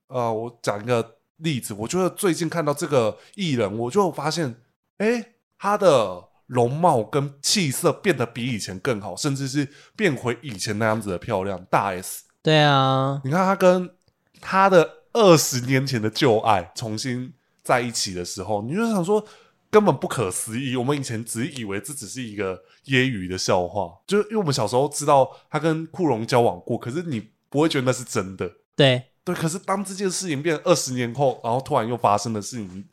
A: 呃，我讲一个例子，我觉得最近看到这个艺人，我就发现，哎，他的容貌跟气色变得比以前更好，甚至是变回以前那样子的漂亮。大 S，
B: 对啊，
A: 你看他跟他的二十年前的旧爱重新在一起的时候，你就想说。根本不可思议！我们以前只以为这只是一个揶揄的笑话，就是因为我们小时候知道他跟库龙交往过，可是你不会觉得那是真的。
B: 对，
A: 对，可是当这件事情变二十年后，然后突然又发生的事情，你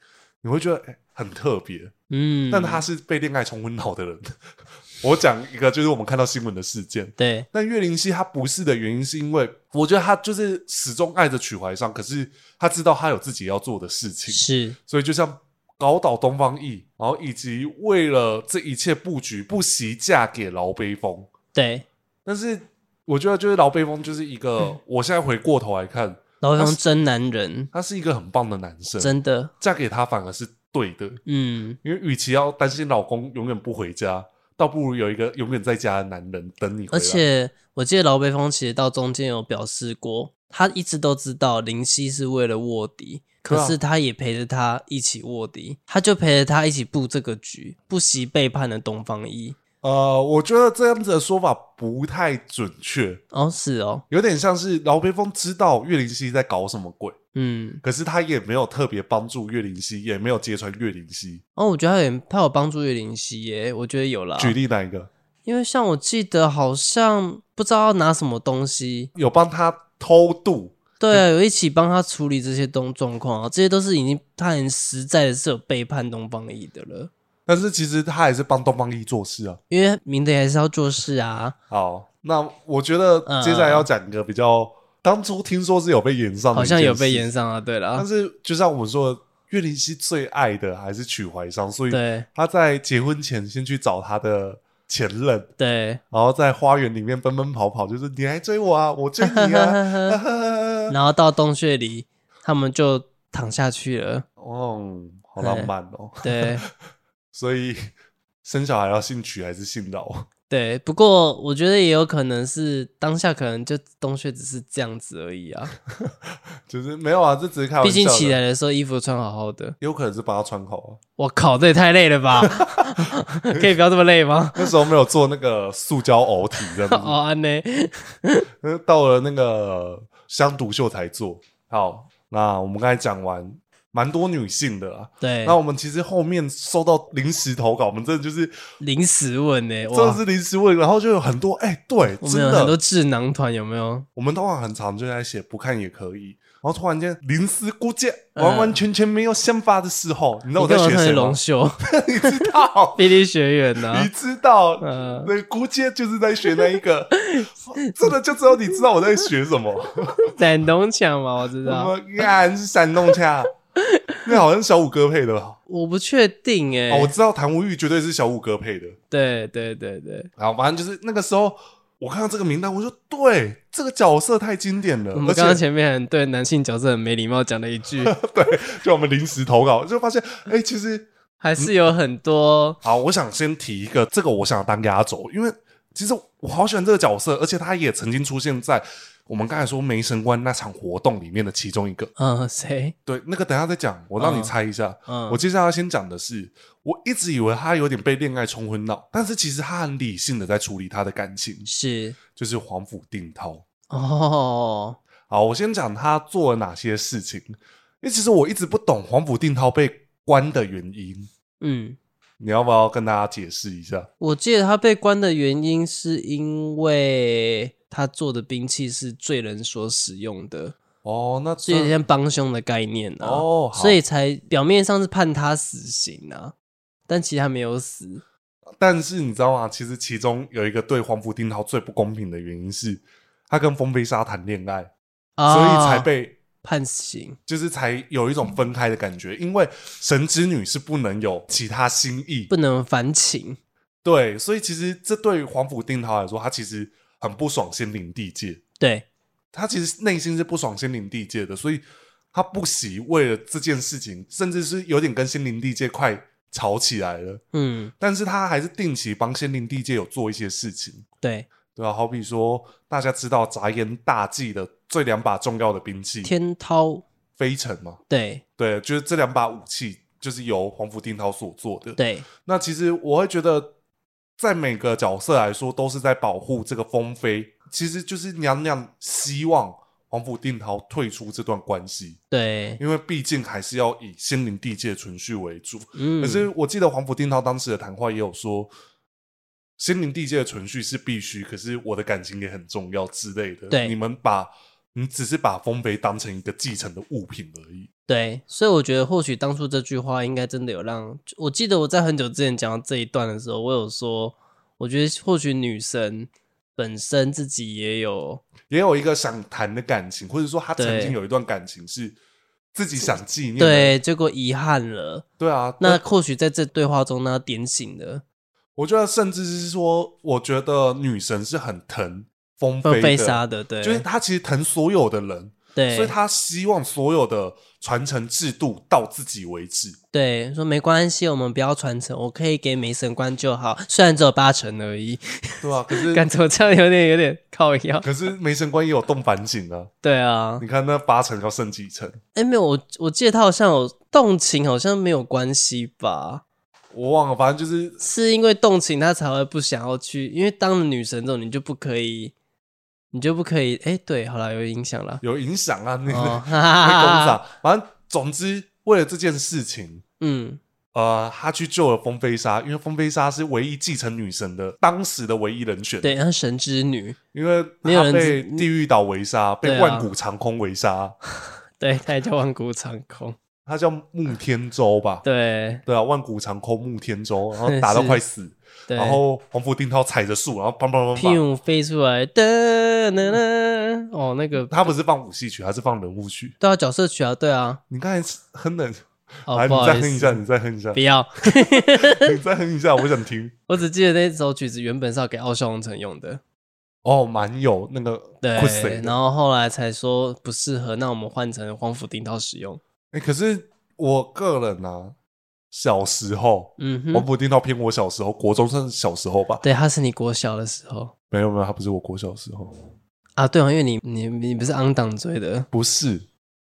A: 你会觉得、哎很特别。
B: 嗯，
A: 但他是被恋爱冲昏脑的人。 我讲一个，就是我们看到新闻的事件。
B: 对
A: 但岳灵溪她不是的原因，是因为我觉得她就是始终爱着曲怀商，可是她知道她有自己要做的事情，
B: 是，
A: 所以就像搞倒东方翼，然后以及为了这一切布局，不惜嫁给劳悲风。
B: 对，
A: 但是我觉得，就是劳悲风就是一
B: 嗯
A: 个，我现在回过头来看，
B: 老北
A: 他
B: 风
A: 是
B: 真男人，
A: 他是一个很棒的男生，
B: 真的，
A: 嫁给他反而是对的，
B: 嗯，
A: 因为与其要担心老公永远不回家，倒不如有一个永远在家的男人等你回
B: 而
A: 来。
B: 且我记得老北风其实到中间有表示过，他一直都知道林夕是为了卧底，
A: 对啊
B: 可是他也陪着他一起卧底，他就陪着他一起布这个局，不惜背叛了东方一。
A: 呃，我觉得这样子的说法不太准确，
B: 哦，是哦，
A: 有点像是劳培峰知道岳灵溪在搞什么鬼，
B: 嗯，
A: 可是他也没有特别帮助岳灵溪，也没有揭穿岳灵溪。
B: 哦，我觉得他有他有帮助岳灵溪耶，我觉得有啦。
A: 举例哪一个？
B: 因为像我记得好像不知道要拿什么东西，
A: 有帮他偷渡，
B: 对啊，有一起帮他处理这些东状况啊，这些都是已经他很实在的是有背叛东方翼的了，
A: 但是其实他还是帮东方一做事啊。
B: 因为明德还是要做事啊，
A: 好，那我觉得接下来要讲一个比较，当初听说是有被延上的
B: 好
A: 一件
B: 像
A: 事，
B: 有被延上啊，对了
A: 但，是就像我们说的，岳灵溪最爱的还是曲怀商，所以
B: 对
A: 他在结婚前先去找他的前任，
B: 对，
A: 然后在花园里面奔奔跑跑，就是你来追我啊，我追你啊。
B: 然后到洞穴里，他们就躺下去 了，
A: 哦，好浪漫哦！
B: 对
A: 所以生小孩要姓曲还是姓饶？
B: 对，不过我觉得也有可能是当下可能就洞穴只是这样子而已啊，
A: 就是没有啊，这只是开玩
B: 毕
A: 笑
B: 竟起
A: 的。
B: 来的时候衣服穿好好的。
A: 有可能是把他穿好啊，
B: 我靠，这也太累了吧！ 可以不要这么累吗？
A: 那时候没有做那个塑胶偶体，这样 子
B: 哦，安呢？
A: 那到了那个乡土秀才做。好，那我们刚才讲完，蛮多女性的啊。
B: 对
A: 那，我们其实后面收到临时投稿，我们真的就是
B: 临时问呢、
A: 真的
B: 哇，
A: 是临时问，然后就有很多哎、对，
B: 我
A: 真
B: 们有很多
A: 的，
B: 智囊团，有没有？
A: 我们通常很常就在写不看也可以，然后突然间临时估计完完全全没有想法的时候，你知道
B: 嗯你
A: 我在
B: 跟我
A: 学
B: 特
A: 谁
B: 别
A: 吗
B: 龙？ 秀，
A: 你知 道，
B: 霹雳学啊院呢、
A: 你知道，
B: 嗯
A: 那估计就是在学那一 个，真的就只有你知道我在学什么。
B: 闪东墙嘛，我知
A: 什
B: 道，
A: 么干是山东 腔？那好像小五哥配的吧？
B: 我不确定哎、
A: 哦，我知道谭无欲绝对是小五哥配的。
B: 对对对对，
A: 然后反正就是那个时候，我看到这个名单，我说对，这个角色太经典了
B: 我，们
A: 而
B: 刚刚
A: 且
B: 前面很对男性角色很没礼貌讲了 一句，
A: 就我们临时投稿，就发现哎、其实
B: 还是有很多
A: 好，我想先提一个，这个我想当压轴，因为其实我好喜欢这个角色，而且他也曾经出现在我们刚才说梅神官那场活动里面的其中一个。
B: 嗯谁
A: 对，那个等一下再讲，我让你
B: 嗯
A: 猜一下。
B: 嗯
A: 我接下来要先讲的是，我一直以为他有点被恋爱冲昏脑，但是其实他很理性的在处理他的感情，
B: 是
A: 就是黄甫定涛。
B: 哦
A: 好，我先讲他做了哪些事情，因为其实我一直不懂黄甫定涛被关的原因，
B: 嗯，
A: 你要不要跟大家解释一下？
B: 我记得他被关的原因是因为他做的兵器是罪人所使用的，
A: 哦，那
B: 是有点
A: 这
B: 像帮凶的概念啊，
A: 哦，好
B: 所以才表面上是判他死刑啊，但其实他没有死，
A: 但是你知道吗？其实其中有一个对黄甫定涛最不公平的原因是，他跟风飞沙谈恋爱，所以才
B: 啊
A: 被
B: 判刑。
A: 就是才有一种分开的感觉，因为神之女是不能有其他心意
B: 不，能反请，
A: 对，所以其实这对于皇甫定陶来说，他其实很不爽仙灵地界，
B: 对，
A: 他其实内心是不爽仙灵地界的，所以他不惜为了这件事情，甚至是有点跟仙灵地界快吵起来了，
B: 嗯，
A: 但是他还是定期帮仙灵地界有做一些事情，
B: 对，
A: 对啊，好比说大家知道杂言大忌的这两把重要的兵器
B: 天涛，
A: 飞尘嘛，
B: 对
A: 对，就是这两把武器就是由黄甫定涛所做的。，
B: 对，
A: 那其实我会觉得，在每个角色来说，都是在保护这个风飞，其实就是娘娘希望黄甫定涛退出这段关系，
B: 对，
A: 因为毕竟还是要以仙灵地界存续为主。
B: 嗯，
A: 可是我记得黄甫定涛当时的谈话也有说。仙灵地界的存续是必须，可是我的感情也很重要之类的。
B: 对
A: 你们把你只是把风飞当成一个继承的物品而已。
B: 对，所以我觉得或许当初这句话应该真的有让，我记得我在很久之前讲到这一段的时候，我有说，我觉得或许女神本身自己也有，
A: 也有一个想谈的感情，或者说他曾
B: 对
A: 经有一段感情是自己想纪念的。
B: 对，结果遗憾了。
A: 对啊，
B: 那
A: 那
B: 或许在这对话中，那点醒了
A: 我觉得甚至是说，我觉得女神是很疼风
B: 被
A: 飞
B: 被
A: 的，
B: 杀的，对，
A: 就是她其实疼所有的人，
B: 对，
A: 所以她希望所有的传承制度到自己为止。
B: 对，说没关系，我们不要传承，我可以给梅神官就好，虽然只有八成而已。
A: 对啊，可 是
B: 感觉我这样有点有点靠腰。
A: 可是梅神官也有动反省啊，
B: 对啊，
A: 你看那八成要剩几成，
B: 哎，没有，我我记得他好像有动情，好像没有关系吧？
A: 我忘了，反正就是
B: 是因为动情，他才会不想要去，因为当了女神之后，你就不可以，你就不可以。哎，对，好了，有影 响了。
A: 有影 响啊，那
B: 哦，
A: 个
B: 哈哈
A: 那工
B: 哈哈
A: 厂，反正总之为了这件事情，
B: 嗯，
A: 呃，他去救了风飞沙，因为风飞沙是唯一继承女神的当时的唯一人选。，
B: 对，她是神之女，
A: 因为
B: 没有
A: 他
B: 人
A: 被
B: 知
A: 地狱岛围杀，
B: 对
A: 被
B: 啊
A: 万古长空围杀，
B: 对，她也叫万古长空，
A: 他叫穆天舟吧？
B: 对
A: 对啊，万古长空穆天舟， 然后
B: 是
A: 打到快死，
B: 对，
A: 然后黄甫定涛踩着树，然后砰砰砰
B: 屁
A: 砰。
B: 股飞出来，哒啦啦，哦，那个
A: 他不是放武戏曲，他是放人物曲。
B: 对啊，角色曲啊，对啊，
A: 你刚才哼的，
B: 哦，
A: 来，
B: 不
A: 你
B: 好
A: 再
B: 意
A: 哼一下，
B: 思，
A: 你再哼一下
B: 不，要，
A: 你再哼一下，我想听。
B: 我只记得那首曲子原本是要给奥肖龙城用的，
A: 哦，蛮有那个酷死
B: 对，
A: 的
B: 然后后来才说不适合，那我们换成黄甫定涛使用。
A: 哎、可是我个人啊，小时候，
B: 嗯
A: 王
B: 哼，
A: 普定到偏我小时候，国中算是小时候吧？
B: 对，他是你国小的时候
A: 没有没有，他不是我国小时候，
B: 啊，对啊，因为你你你不是昂党追的，
A: 不是，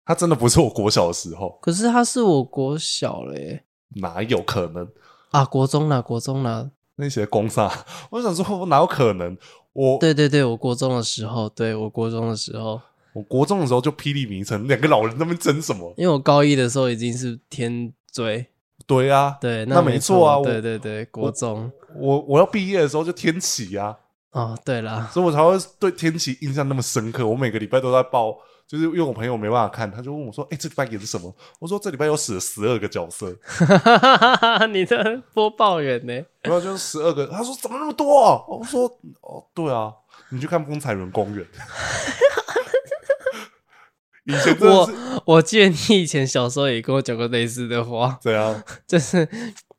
A: 他真的不是我国小的时候，
B: 可是他是我国小了耶，
A: 哪有可能？
B: 啊，国中啦，国中啦，
A: 那些公煞， 我想说，我哪有可能？我
B: 对对对，我国中的时候，对我国中的时候，
A: 我国中的时候就霹雳迷城，两个老人在那边争什么？
B: 因为我高一的时候已经是天追，
A: 对啊，
B: 对，
A: 那
B: 没
A: 没错啊，我
B: 对对对，国中
A: 我我要毕业的时候就天启啊，
B: 哦，对啦，
A: 所以我才会对天启印象那么深刻。我每个礼拜都在报，就是因为我朋友没办法看，他就问我说：“哎、这礼拜演什么？”我说：“这礼拜有死了十二个角 色。
B: 你的播报员呢？”
A: 然后就是十二个，他说：“怎么那么多、啊？”我说：“哦，对啊，你去看风采园公园。” 以前真的是
B: 我我记得你以前小时候也跟我讲过类似的话，
A: 怎样？
B: 就是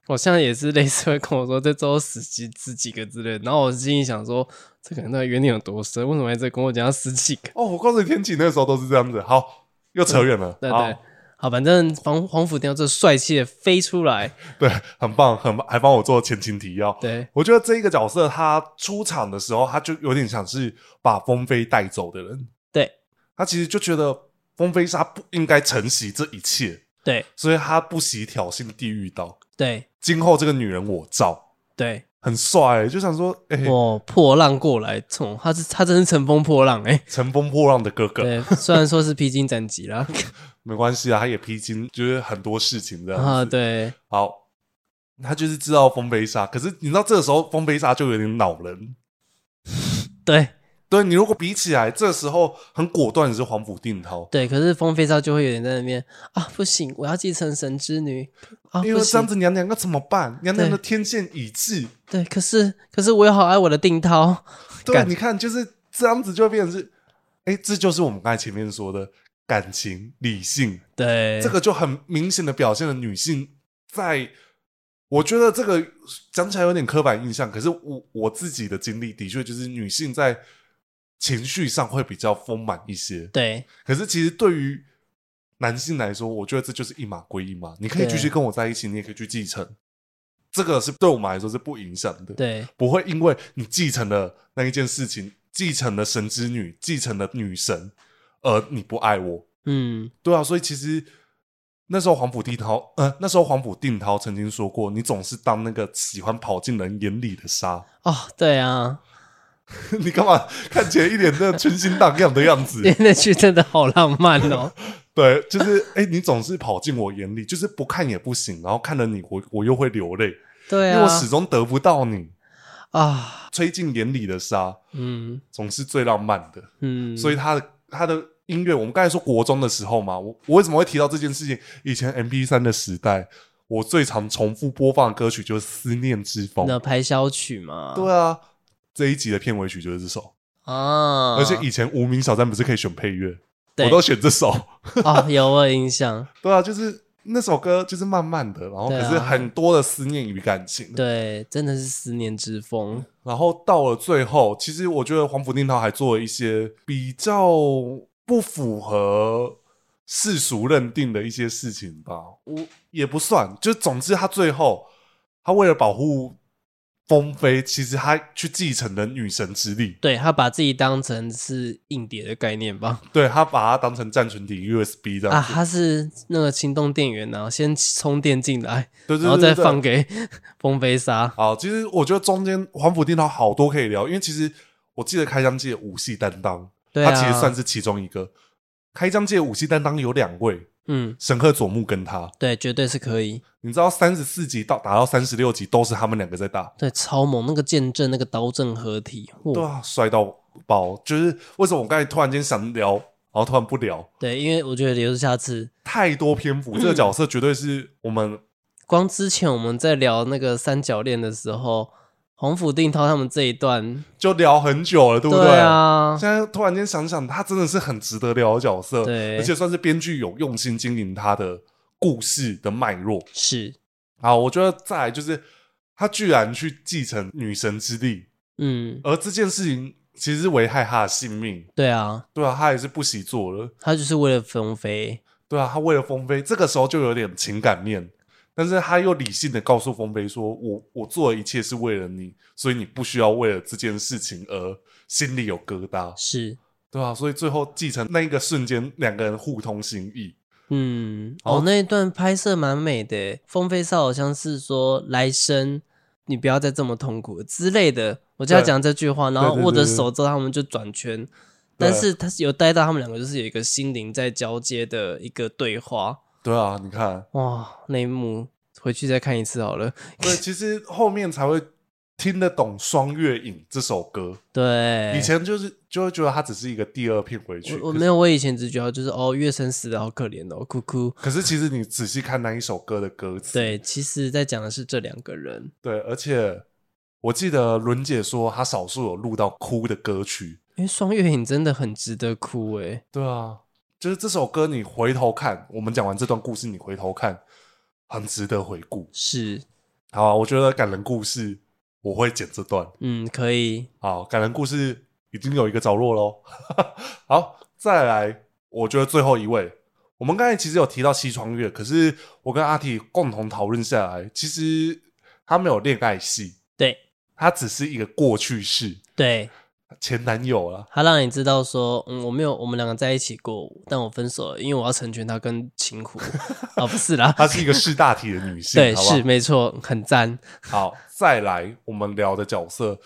B: 我现在也是类似会跟我说这周死几十几个之类的，然后我心里想说，这个人到底原理有多深？为什么一直跟我讲要十几个？
A: 哦，我告诉你，天启那时候都是这样子。好，又扯远了。
B: 嗯对
A: 好
B: 对，好，反正黄黄甫定要这帅气的飞出来，
A: 对，很棒，很棒还帮我做前情提要。
B: 对
A: 我觉得这一个角色他出场的时候，他就有点像是把风飞带走的人。
B: 对
A: 他其实就觉得风飞沙不应该承袭这一切，
B: 对
A: 所以他不惜挑衅地狱道。
B: 对
A: 今后这个女人我罩，
B: 对，
A: 很帅、就想说，哎、
B: 我破浪过来，冲，他是他真是乘风破浪哎、
A: 乘风破浪的哥哥，
B: 对，虽然说是披荆斩棘 啦，
A: 没关系啊，他也披荆，就是很多事情这样子。
B: 啊，对，
A: 好，他就是知道风飞沙，可是你知道这个时候风飞沙就有点恼人。
B: 对
A: 对你如果比起来，这时候很果断的是黄甫定涛，
B: 对，可是风飞沙就会有点在那边啊，不行，我要继承神之女啊，
A: 因
B: 不
A: 为这样
B: 行，
A: 子娘娘要怎么办？娘娘的
B: 对
A: 天线已至，
B: 对，可是可是我也好爱我的定涛，
A: 对，啊
B: 干
A: 你看就是这样子就会变成是，哎，这就是我们刚才前面说的感情理性，
B: 对，
A: 这个就很明显的表现了女性在。我觉得这个讲起来有点刻板印象，可是我我自己的经历的确就是女性在情绪上会比较丰满一些，
B: 对
A: 可是其实对于男性来说，我觉得这就是一码归一码，你可以
B: 对
A: 继续跟我在一起，你也可以去继承，这个是对我们来说是不影响的，
B: 对
A: 不会因为你继承了那一件事情，继承了神之女，继承了女神，而你不爱我，
B: 嗯，
A: 对啊，所以其实那时候黄埔定涛，呃，那时候黄埔定涛曾经说过，你总是当那个喜欢跑进人眼里的沙，
B: 哦，对啊，
A: 你干嘛看起来一脸那春心荡漾的样 子？
B: 连那句真的好浪漫哦，
A: 对，就是哎、你总是跑进我眼里，就是不看也不行，然后看了你，我我又会流泪，
B: 对
A: 因为我
B: 啊，
A: 始终得不到你。
B: 啊，
A: 吹进眼里的沙，
B: 嗯
A: 总是最浪漫的。
B: 嗯，
A: 所以他的他的音乐，我们刚才说国中的时候嘛，我我为什么会提到这件事情？以前 M P 三的时代，我最常重复播放的歌曲就是《思念之风
B: 那》。排箫曲嘛，
A: 对啊，这一集的片尾曲就是这首，
B: 啊，
A: 而且以前无名小站不是可以选配乐，
B: 对
A: 我都选这首。
B: 哦，有我有印象，
A: 对啊，就是那首歌就是慢慢的，然后
B: 对
A: 可
B: 啊
A: 是很多的思念与感情。
B: 对，真的是十年之风，
A: 然后到了最后，其实我觉得黄甫定涛还做了一些比较不符合世俗认定的一些事情吧，我也不算，就总之他最后他为了保护风飞，其实他去继承了女神之力，
B: 对他把自己当成是硬碟的概念吧？
A: 对他把它当成战存体 USB 这
B: 啊，
A: 样子，
B: 他是那个行动电源，然后先充电进来，
A: 对对
B: 然后
A: 对
B: 再
A: 对对
B: 放给 风飞沙。
A: 好，其实我觉得中间黄埔电脑好多可以聊，因为其实我记得开疆界武戏担当，
B: 对
A: 他
B: 啊
A: 其实算是其中一个。开疆界武戏担当有两位，
B: 嗯，
A: 神鹤佐木跟他，
B: 对，绝对是可以。
A: 你你知道三十四集到打到三十六集都是他们两个在打，
B: 对，超猛！那个剑阵，那个刀阵合体，哇
A: 对啊，摔到爆！就是为什么我刚才突然间想聊，然后突然不聊，
B: 对，因为我觉得有下次，
A: 太多篇
B: 嗯
A: 幅，这个角色绝对是我们
B: 光之前我们在聊那个三角恋的时候，洪甫定涛他们这一段，
A: 就聊很久了，对不对？
B: 啊，
A: 现在突然间想想，他真的是很值得聊的角色，
B: 对
A: 而且算是编剧有用心经营他的故事的脉络。
B: 是，
A: 好，我觉得再来就是他居然去继承女神之力，
B: 嗯，
A: 而这件事情其实是危害他的性命，
B: 对啊，
A: 对啊，他也是不惜做了，
B: 他就是为了冯飞，
A: 对啊，他为了风飞，这个时候就有点情感面，但是他又理性的告诉风飞说，我我做的一切是为了你，所以你不需要为了这件事情而心里有疙瘩，
B: 是，
A: 对啊，所以最后继承那一个瞬间，两个人互通心意，
B: 嗯，
A: 好
B: 哦，那一段拍摄蛮美的，风飞少好像是说来生你不要再这么痛苦之类的，我就要
A: 对
B: 讲这句话，然后
A: 对对
B: 握着
A: 对
B: 手之后他们就转圈，
A: 对
B: 但是他是有带到他们两个就是有一个心灵在交接的一个对话，
A: 对啊，你看，
B: 哇，那一幕回去再看一次好了，
A: 所以其实后面才会听得懂《双月影》这首歌，
B: 对，
A: 以前就是就会觉得它只是一个第二片回去，
B: 我我
A: 可
B: 没有，我以前只觉得就是哦，月生死的好可怜哦，哭哭。
A: 可是其实你仔细看那一首歌的歌词，
B: 对，其实在讲的是这两个人，
A: 对，而且我记得伦姐说她少数有录到哭的歌曲，
B: 因为双月影真的很值得哭诶。
A: 对啊，就是这首歌你回头看，我们讲完这段故事，你回头看，很值得回顾。
B: 是，
A: 好啊，我觉得感人故事我会剪这段，
B: 嗯，可以，
A: 好，感人故事已经有一个着落喽。 好，再来，我觉得最后一位，我们刚才其实有提到西窗月，可是我跟阿体共同讨论下来，其实他没有恋爱戏，
B: 对
A: 他只是一个过去式
B: 对，
A: 前男友啊啦。
B: 他让你知道说，嗯，我没有，我们两个在一起过，但我分手了，因为我要成全他跟 秦虎啊，不是啦，
A: 她是一个识大体的女性，
B: 对，
A: 好不好
B: 是没错，很赞，
A: 好，再来我们聊的角色，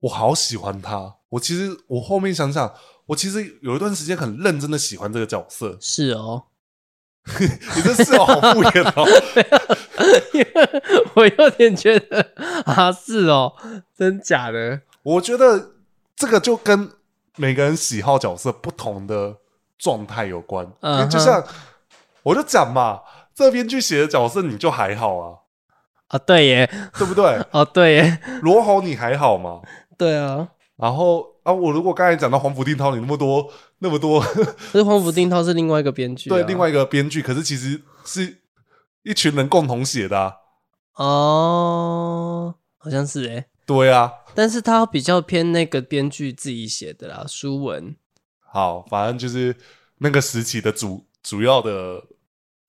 A: 我好喜欢她。我其实我后面想想，我其实有一段时间很认真的喜欢这个角色。
B: 是哦，
A: 你这是哦好敷衍哦，
B: 因为我有点觉得啊，是哦，真假的，
A: 我觉得这个就跟每个人喜好角色不同的状态有关。
B: 嗯哼
A: 因为就像我就讲嘛，这编剧写的角色你就还好啊，
B: 啊，对耶，
A: 对不对？
B: 哦，对耶，
A: 罗侯你还好吗？
B: 对啊，
A: 然后啊，我如果刚才讲到黄甫定涛，你那么多那么多
B: 可是黄甫定涛是另外一个编剧啊、
A: 对另外一个编剧，可是其实是一群人共同写的、啊，
B: 哦，好像是哎、
A: 对啊。
B: 但是他比较偏那个编剧自己写的啦，书文
A: 好，反正就是那个时期的主主要的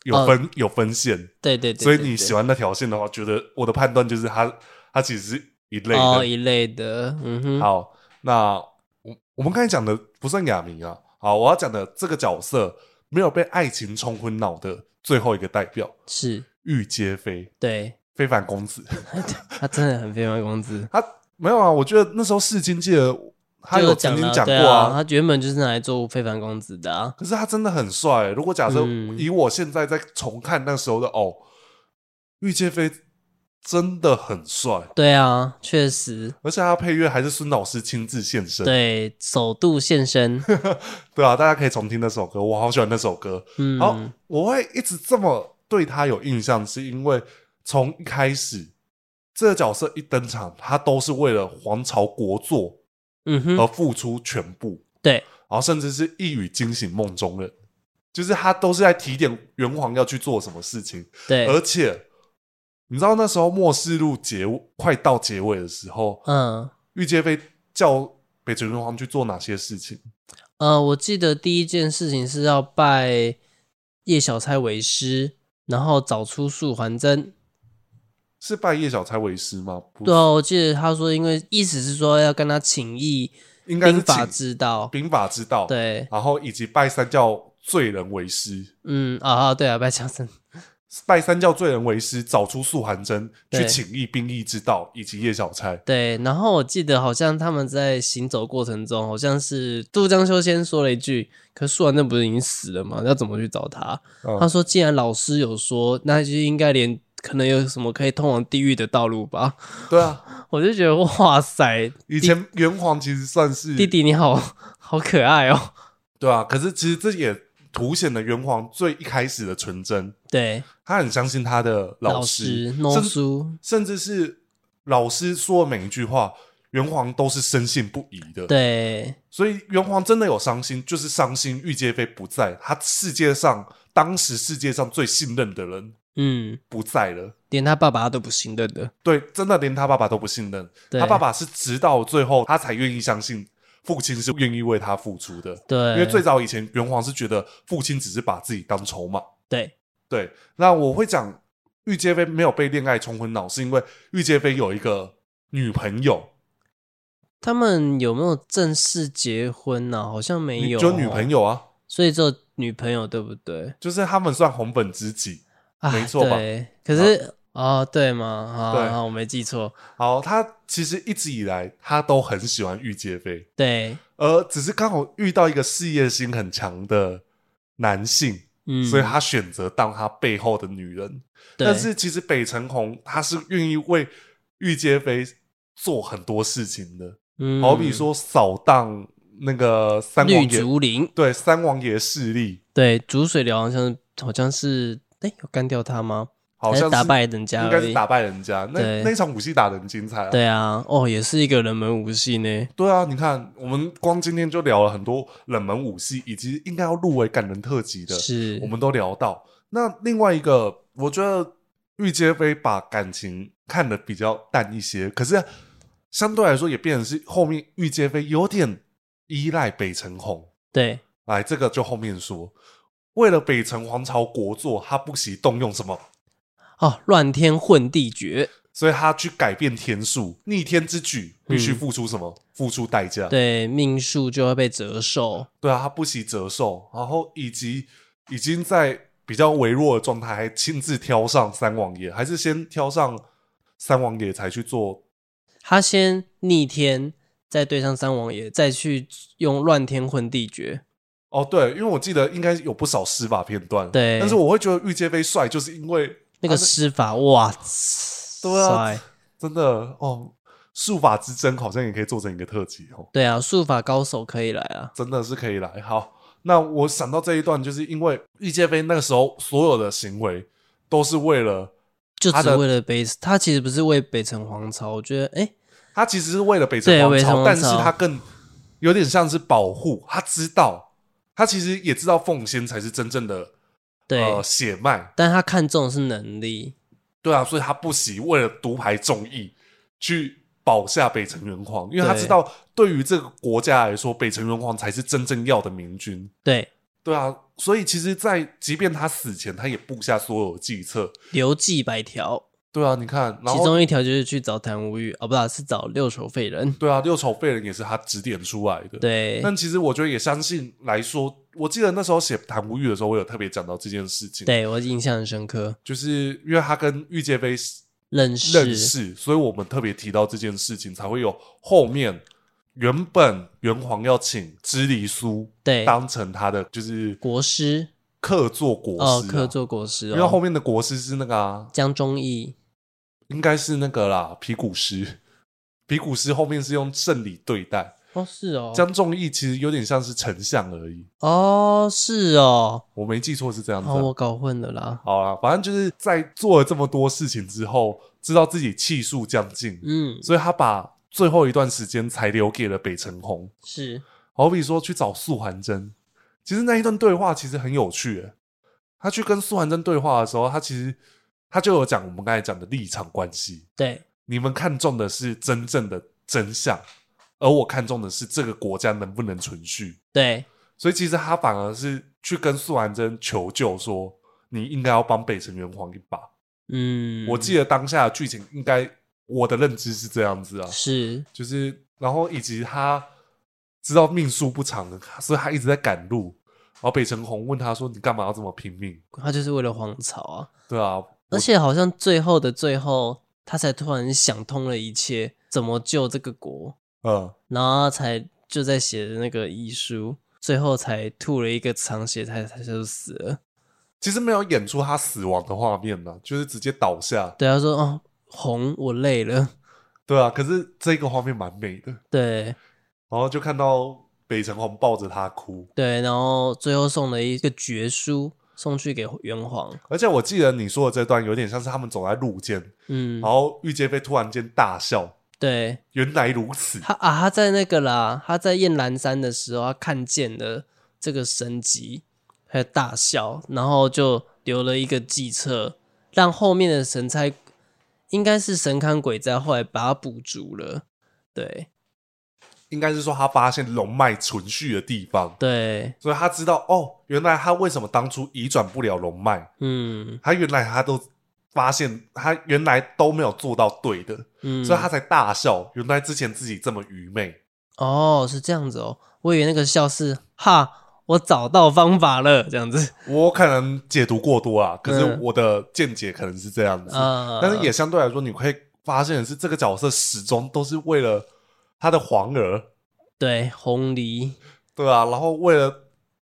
A: 有
B: 哦
A: 分、有分线，
B: 对对对
A: 所以
B: 对
A: 你
B: 对
A: 喜欢那条线的话，觉得我的判断就是它它其实是一类的。
B: 哦一类的，嗯哼，
A: 好，那我我们刚才讲的不算哑谜啊。好，我要讲的这个角色没有被爱情冲昏脑的最后一个代表
B: 是
A: 玉阶飞
B: 对，
A: 非凡公子，
B: 他真的很非凡公子，
A: 他没有啊？我觉得那时候世经界 他
B: 就
A: 有曾经
B: 了
A: 讲过
B: 对
A: 啊，
B: 啊，他原本就是拿来做非凡公子的啊，
A: 可是他真的很帅、如果假设
B: 嗯
A: 以我现在在重看那时候的哦，玉界飞真的很帅，
B: 对啊，确实，
A: 而且他配乐还是孙老师亲自献身。
B: 对，首度 现身，
A: 对啊，大家可以重听那首歌，我好喜欢那首歌。好，
B: 嗯，
A: 我会一直这么对他有印象，是因为从一开始这个角色一登场，他都是为了皇朝国祚
B: 嗯哼，
A: 而付出全部。
B: 对，
A: 然后甚至是一语惊醒梦中人，就是他都是在提点元皇要去做什么事情，而
B: 对，
A: 且你知道那时候末世录结尾快到结尾的时候，
B: 嗯。
A: 玉阶飞叫北辰元皇去做哪些事情？
B: 呃，我记得第一件事情是要拜叶小钗为师，然后找出素还真。
A: 是拜叶小钗为师吗？不
B: 对，啊，我记得他说，因为意思是说要跟他请益
A: 应该是
B: 兵法
A: 请
B: 之道。
A: 兵法之道。，
B: 对，
A: 然后以及拜三教罪人为师，
B: 嗯啊啊，对啊，拜强森。
A: 拜三教罪人为师，找出素寒真去
B: 对
A: 请义兵役之道，以及叶小钗。
B: 对，然后我记得好像他们在行走过程中，好像是杜江修仙说了一句：“可素还真不是已经死了吗？要怎么去找他？”
A: 嗯
B: 他说：“既然老师有说，那就应该连可能有什么可以通往地狱的道路吧。
A: 对 啊，
B: 我就觉得哇塞，
A: 以前元皇其实算是
B: 弟弟你好好可爱哦。
A: 对啊，可是其实这也凸显了元皇最一开始的纯真，
B: 对，
A: 他很相信他的
B: 老
A: 师
B: 师，诺
A: 甚
B: 叔，
A: 甚至是老师说的每一句话，元皇都是深信不疑的。，
B: 对
A: 所以元皇真的有伤心，就是伤心玉阶妃不在，他世界上当时世界上最信任的人
B: 嗯，
A: 不在了。
B: 连他爸爸都不信任的。
A: 对，真的连他爸爸都不信任，
B: 对
A: 他爸爸是直到最后他才愿意相信父亲是愿意为他付出的。
B: 对，
A: 因为最早以前，元皇是觉得父亲只是把自己当筹码。
B: 对
A: 对，那我会讲玉阶妃没有被恋爱冲昏脑，是因为玉阶妃有一个女朋友，
B: 他们有没有正式结婚呢、啊好像没有、哦
A: 就女朋
B: 友，
A: 友啊，
B: 所以只有女朋友对不对？
A: 就是他们算红粉知己。
B: 啊，
A: 没错吧
B: 对可是哦，对吗？好
A: 对
B: 好我没记错。
A: 好，他其实一直以来他都很喜欢玉阶妃，
B: 对，
A: 而只是刚好遇到一个事业心很强的男性，
B: 嗯，
A: 所以他选择当他背后的女人。
B: 对
A: 但是其实北城红他是愿意为玉阶妃做很多事情的，
B: 嗯
A: 好比说扫荡那个三王
B: 绿
A: 爷，
B: 竹林，
A: 对三王爷势力，
B: 对，竹水疗好像好像是哎，有干掉他吗？
A: 好像
B: 还
A: 是
B: 是打败人家
A: 应
B: 而已，
A: 该是打败人家。那
B: 对
A: 那一场武戏打得很精彩、啊，
B: 对啊，哦，也是一个人门武戏呢。
A: 对啊，你看我们光今天就聊了很多冷门武戏，以及应该要入围感人特辑的，
B: 是
A: 我，们都聊到。那另外一个，我觉得玉阶飞把感情看得比较淡一些，可是相对来说也变成是后面玉阶飞有点依赖北城红。
B: 对，
A: 哎，这个就后面说。为了北城皇朝国祚，他不惜动用什么？
B: 哦，乱天混地诀，
A: 所以他去改变天数，逆天之举必须付出什么？付出代价。
B: 嗯对，命数就会被折寿。
A: 对啊，他不惜折寿，然后以及已经在比较微弱的状态，还亲自挑上三王爷，还是先挑上三王爷才去做。
B: 他先逆天，再对上三王爷，再去用乱天混地诀。
A: 哦，对，因为我记得应该有不少施法片段，
B: 对
A: 但是我会觉得玉阶飞帅，就是因为
B: 那个施法，哇，
A: 啊对啊
B: 塞，
A: 真的哦，术法之争好像也可以做成一个特辑哦。
B: 对啊，术法高手可以来啊。
A: 真的是可以来。好，那我想到这一段，就是因为玉界飞那个时候所有的行为都是为了
B: 就
A: 他
B: 只
A: 的
B: 为了北，他其实不是为北城皇朝，我觉得，哎、
A: 他其实是为了北城
B: 对
A: 王
B: 北城
A: 朝，
B: 王
A: 但是
B: 朝
A: 他更有点像是保护，他知道，他其实也知道奉先才是真正的
B: 对，
A: 呃血脉，
B: 但他看重的是能力，
A: 对啊，所以他不惜为了独排众议去。保下北城元皇，因为他
B: 对
A: 知道对于这个国家来说，北城元皇才是真正要的明君。
B: 对，
A: 对啊，所以其实在，即便他死前，他也布下所有的计策，
B: 留计百条，
A: 对啊，你看，然
B: 其
A: 后
B: 中一条就是去找谭无欲，哦，不是啊，是找六丑废人。
A: 对啊，六丑废人也是他指点出来的。，
B: 对，
A: 但其实我觉得也相信来说，我记得那时候写谭无欲的时候，我有特别讲到这件事情。，
B: 对我印象很深刻，
A: 就是因为他跟玉界飞
B: 认识，
A: 认识，所以我们特别提到这件事情，才会有后面原本元皇要请支离苏
B: 对，
A: 当成他的就是
B: 哎国师，
A: 客座国师、啊
B: 哦，客，座国师
A: 因为后
B: 哦，
A: 面的国师是那个啊，
B: 江忠义，
A: 应该是那个啦，皮古师。皮古师后面是用圣礼对待。
B: 哦，是哦，
A: 江仲义其实有点像是丞相而已，
B: 哦，是哦，
A: 我没记错是这样子啊、
B: 哦，我搞混了啦，
A: 好啦，反正就是在做了这么多事情之后，知道自己气数将尽，
B: 嗯，
A: 所以他把最后一段时间才留给了北城红。
B: 是，
A: 好比说去找素还真，其实那一段对话其实很有趣、欸。他去跟素还真对话的时候，他其实他就有讲我们刚才讲的立场关系，
B: 对，
A: 你们看重的是真正的真相，而我看重的是这个国家能不能存续。
B: 对，
A: 所以其实他反而是去跟素还真求救说，你应该要帮北辰元皇一把。
B: 嗯，
A: 我记得当下的剧情应该我的认知是这样子啊，
B: 是，
A: 就是然后以及他知道命数不长，所以他一直在赶路。然后北辰红问他说：“你干嘛要这么拼命
B: 他就是为了皇朝啊，？”
A: 对啊，
B: 而且好像最后的最后，他才突然想通了一切，怎么救这个国，
A: 嗯，
B: 然后他才就在写的那个遗书，最后才吐了一个长血，才才就死了。
A: 其实没有演出他死亡的画面呢、就是直接倒下。
B: 对，他说哦，红，我累了。
A: 对啊，可是这个画面蛮美的，
B: 对
A: 然后就看到北城隍抱着他哭，
B: 对，然后最后送了一个绝书送去给元皇。
A: 而且我记得你说的这段有点像是他们走在路间，
B: 嗯
A: 然，后玉洁妃突然间大笑，
B: 对
A: 原来如此。
B: 他啊，他在那个啦，他在燕兰山的时候，他看见了这个神级，还有大笑，然后就留了一个计策，让后面的神差应该是神龛鬼在后来把他补足了。对
A: 应该是说他发现龙脉存续的地方，
B: 对，
A: 所以他知道哦，原来他为什么当初移转不了龙脉，
B: 嗯
A: 他原来他都发现他原来都没有做到对的，
B: 嗯，
A: 所以他才大笑。原来之前自己这么愚昧，
B: 哦是这样子哦，我以为那个笑是哈，我找到方法了这样子
A: 我可能解读过多啊，可是
B: 嗯
A: 我的见解可能是这样子，
B: 啊，
A: 但是也相对来说，你会发现的是这个角色始终都是为了他的皇儿，
B: 对红梨，
A: 对啊，然后为了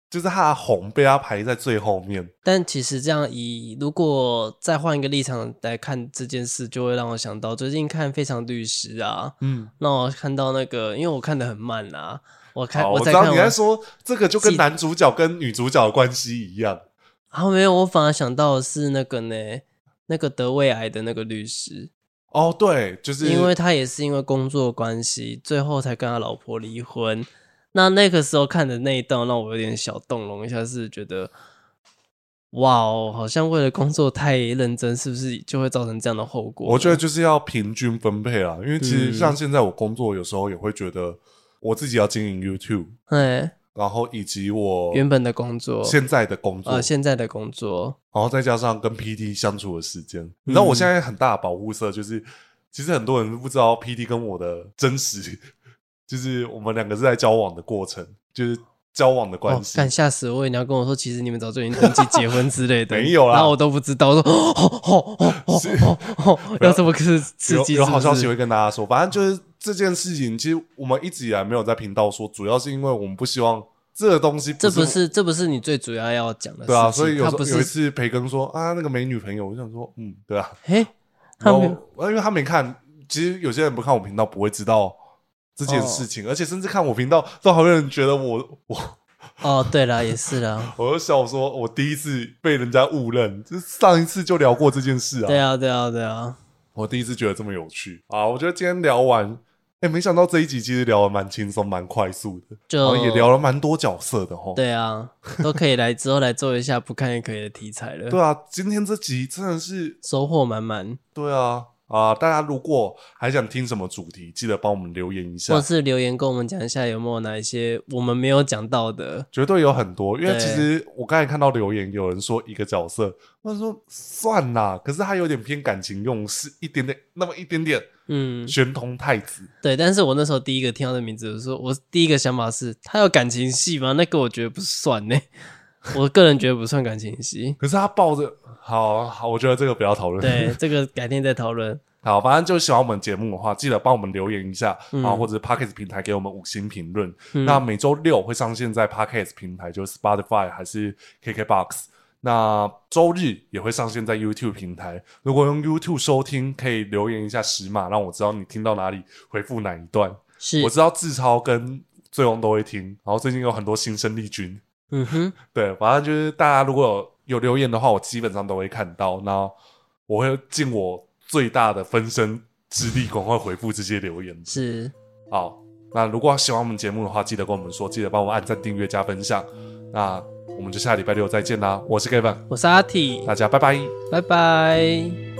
A: 就是他的红被他排在最后面。
B: 但其实这样以如果再换一个立场来看这件事，就会让我想到最近看《非常律师》啊，
A: 嗯，
B: 那我看到那个，因为我看的很慢啦，我看
A: 哦好，我知
B: 在
A: 道
B: 看
A: 你在
B: 完
A: 说这个就跟男主角跟女主角的关系一样。
B: 啊没有，我反而想到的是那个呢，那个得胃癌的那个律师，
A: 哦，对，就是
B: 因为他也是因为工作关系，最后才跟他老婆离婚。那那个时候看的那一段，让我有点小动容一下，是觉得，哇哦，好像为了工作太认真，是不是就会造成这样的后果呢？
A: 我觉得就是要平均分配啦，因为其实
B: 嗯
A: 像现在我工作有时候也会觉得我自己要经营 YouTube，
B: 哎，
A: 然后以及我
B: 原本的工作，
A: 现在的工作，
B: 呃现在的工作，
A: 然后再加上跟 PD 相处的时间，你知
B: 嗯
A: 道我现在很大的保护色就是，其实很多人不知道 PD 跟我的真实，就是我们两个是在交往的过程，就是交往的
B: 哦
A: 关，系。
B: 干吓死我！你要跟我说，其实你们早就已经登记结婚之类的，
A: 没有啦
B: 然后我都不知道，我说哦哦哦哦哦哦哦，
A: 有
B: 要这么刺刺
A: 有
B: 激
A: 有好消息
B: 是不
A: 会
B: 是
A: 跟大家说，反正就是这件事情，其实我们一直以来没有在频道说，主要是因为我们不希望这个东西
B: 这不
A: 不
B: 是这不是你最主要要讲的事情，
A: 对啊，所以有
B: 他
A: 时
B: 不
A: 候有一
B: 是
A: 次培根说啊那个没女朋友，我想说嗯对啊，
B: 哎，
A: 然
B: 他
A: 后
B: 没有
A: 我因为他没看，其实有些人不看我频道不会知道这
B: 哦
A: 件事情，而且甚至看我频道都好多人觉得我我
B: 哦，对啦，也是啦，
A: 我就笑说，我第一次被人家误认，就是上一次就聊过这件事啊，
B: 对啊对啊对啊，
A: 我第一次觉得这么有趣啊！我觉得今天聊完，哎、没想到这一集其实聊得蛮轻松、蛮快速的，然
B: 就
A: 后也聊了蛮多角色的吼。
B: 哦对啊，都可以来之后来做一下不看也可以的题材了，
A: 对啊，今天这集真的是
B: 收获满满，
A: 对啊啊！大家如果还想听什么主题，记得帮我们留言一下
B: 或，是留言跟我们讲一下有没有哪一些我们没有讲到的，
A: 绝对有很多。因为
B: 对
A: 其实我刚才看到留言，有人说一个角色，我说算啦，可是他有点偏感情用事，一点点，那么一点点，
B: 嗯，
A: 玄童太子。
B: 对，但是我那时候第一个听到这名字，我说我第一个想法是，他有感情戏吗？那个我觉得不算呢，我个人觉得不算感 情戏。
A: 可是他抱着，好好，我觉得这个不要讨论。
B: 对，这个改天再讨论。
A: 好，反正就喜欢我们节目的话，记得帮我们留言一下，
B: 嗯
A: 然后或者是 Pocket 平台给我们五星评论。
B: 嗯
A: 那每周六会上线在 Pocket 平台，就是 Spotify 还是 KKBox。那周日也会上线在 YouTube 平台。如果用 YouTube 收听，可以留言一下时码，让我知道你听到哪里，回复哪一段。
B: 是
A: 我，知道志超跟醉翁都会听，然后最近有很多新生力军。
B: 嗯哼，
A: 对，反正就是大家如果有有留言的话，我基本上都会看到，那我会尽我最大的分身之力，赶快回复这些留言。
B: 是，
A: 好，那如果喜欢我们节目的话，记得跟我们说，记得帮我们按赞、订阅、加分享。那我们就下礼拜六再见啦！我是 Kevin，
B: 我是阿 T，
A: 大家拜拜。
B: 拜拜。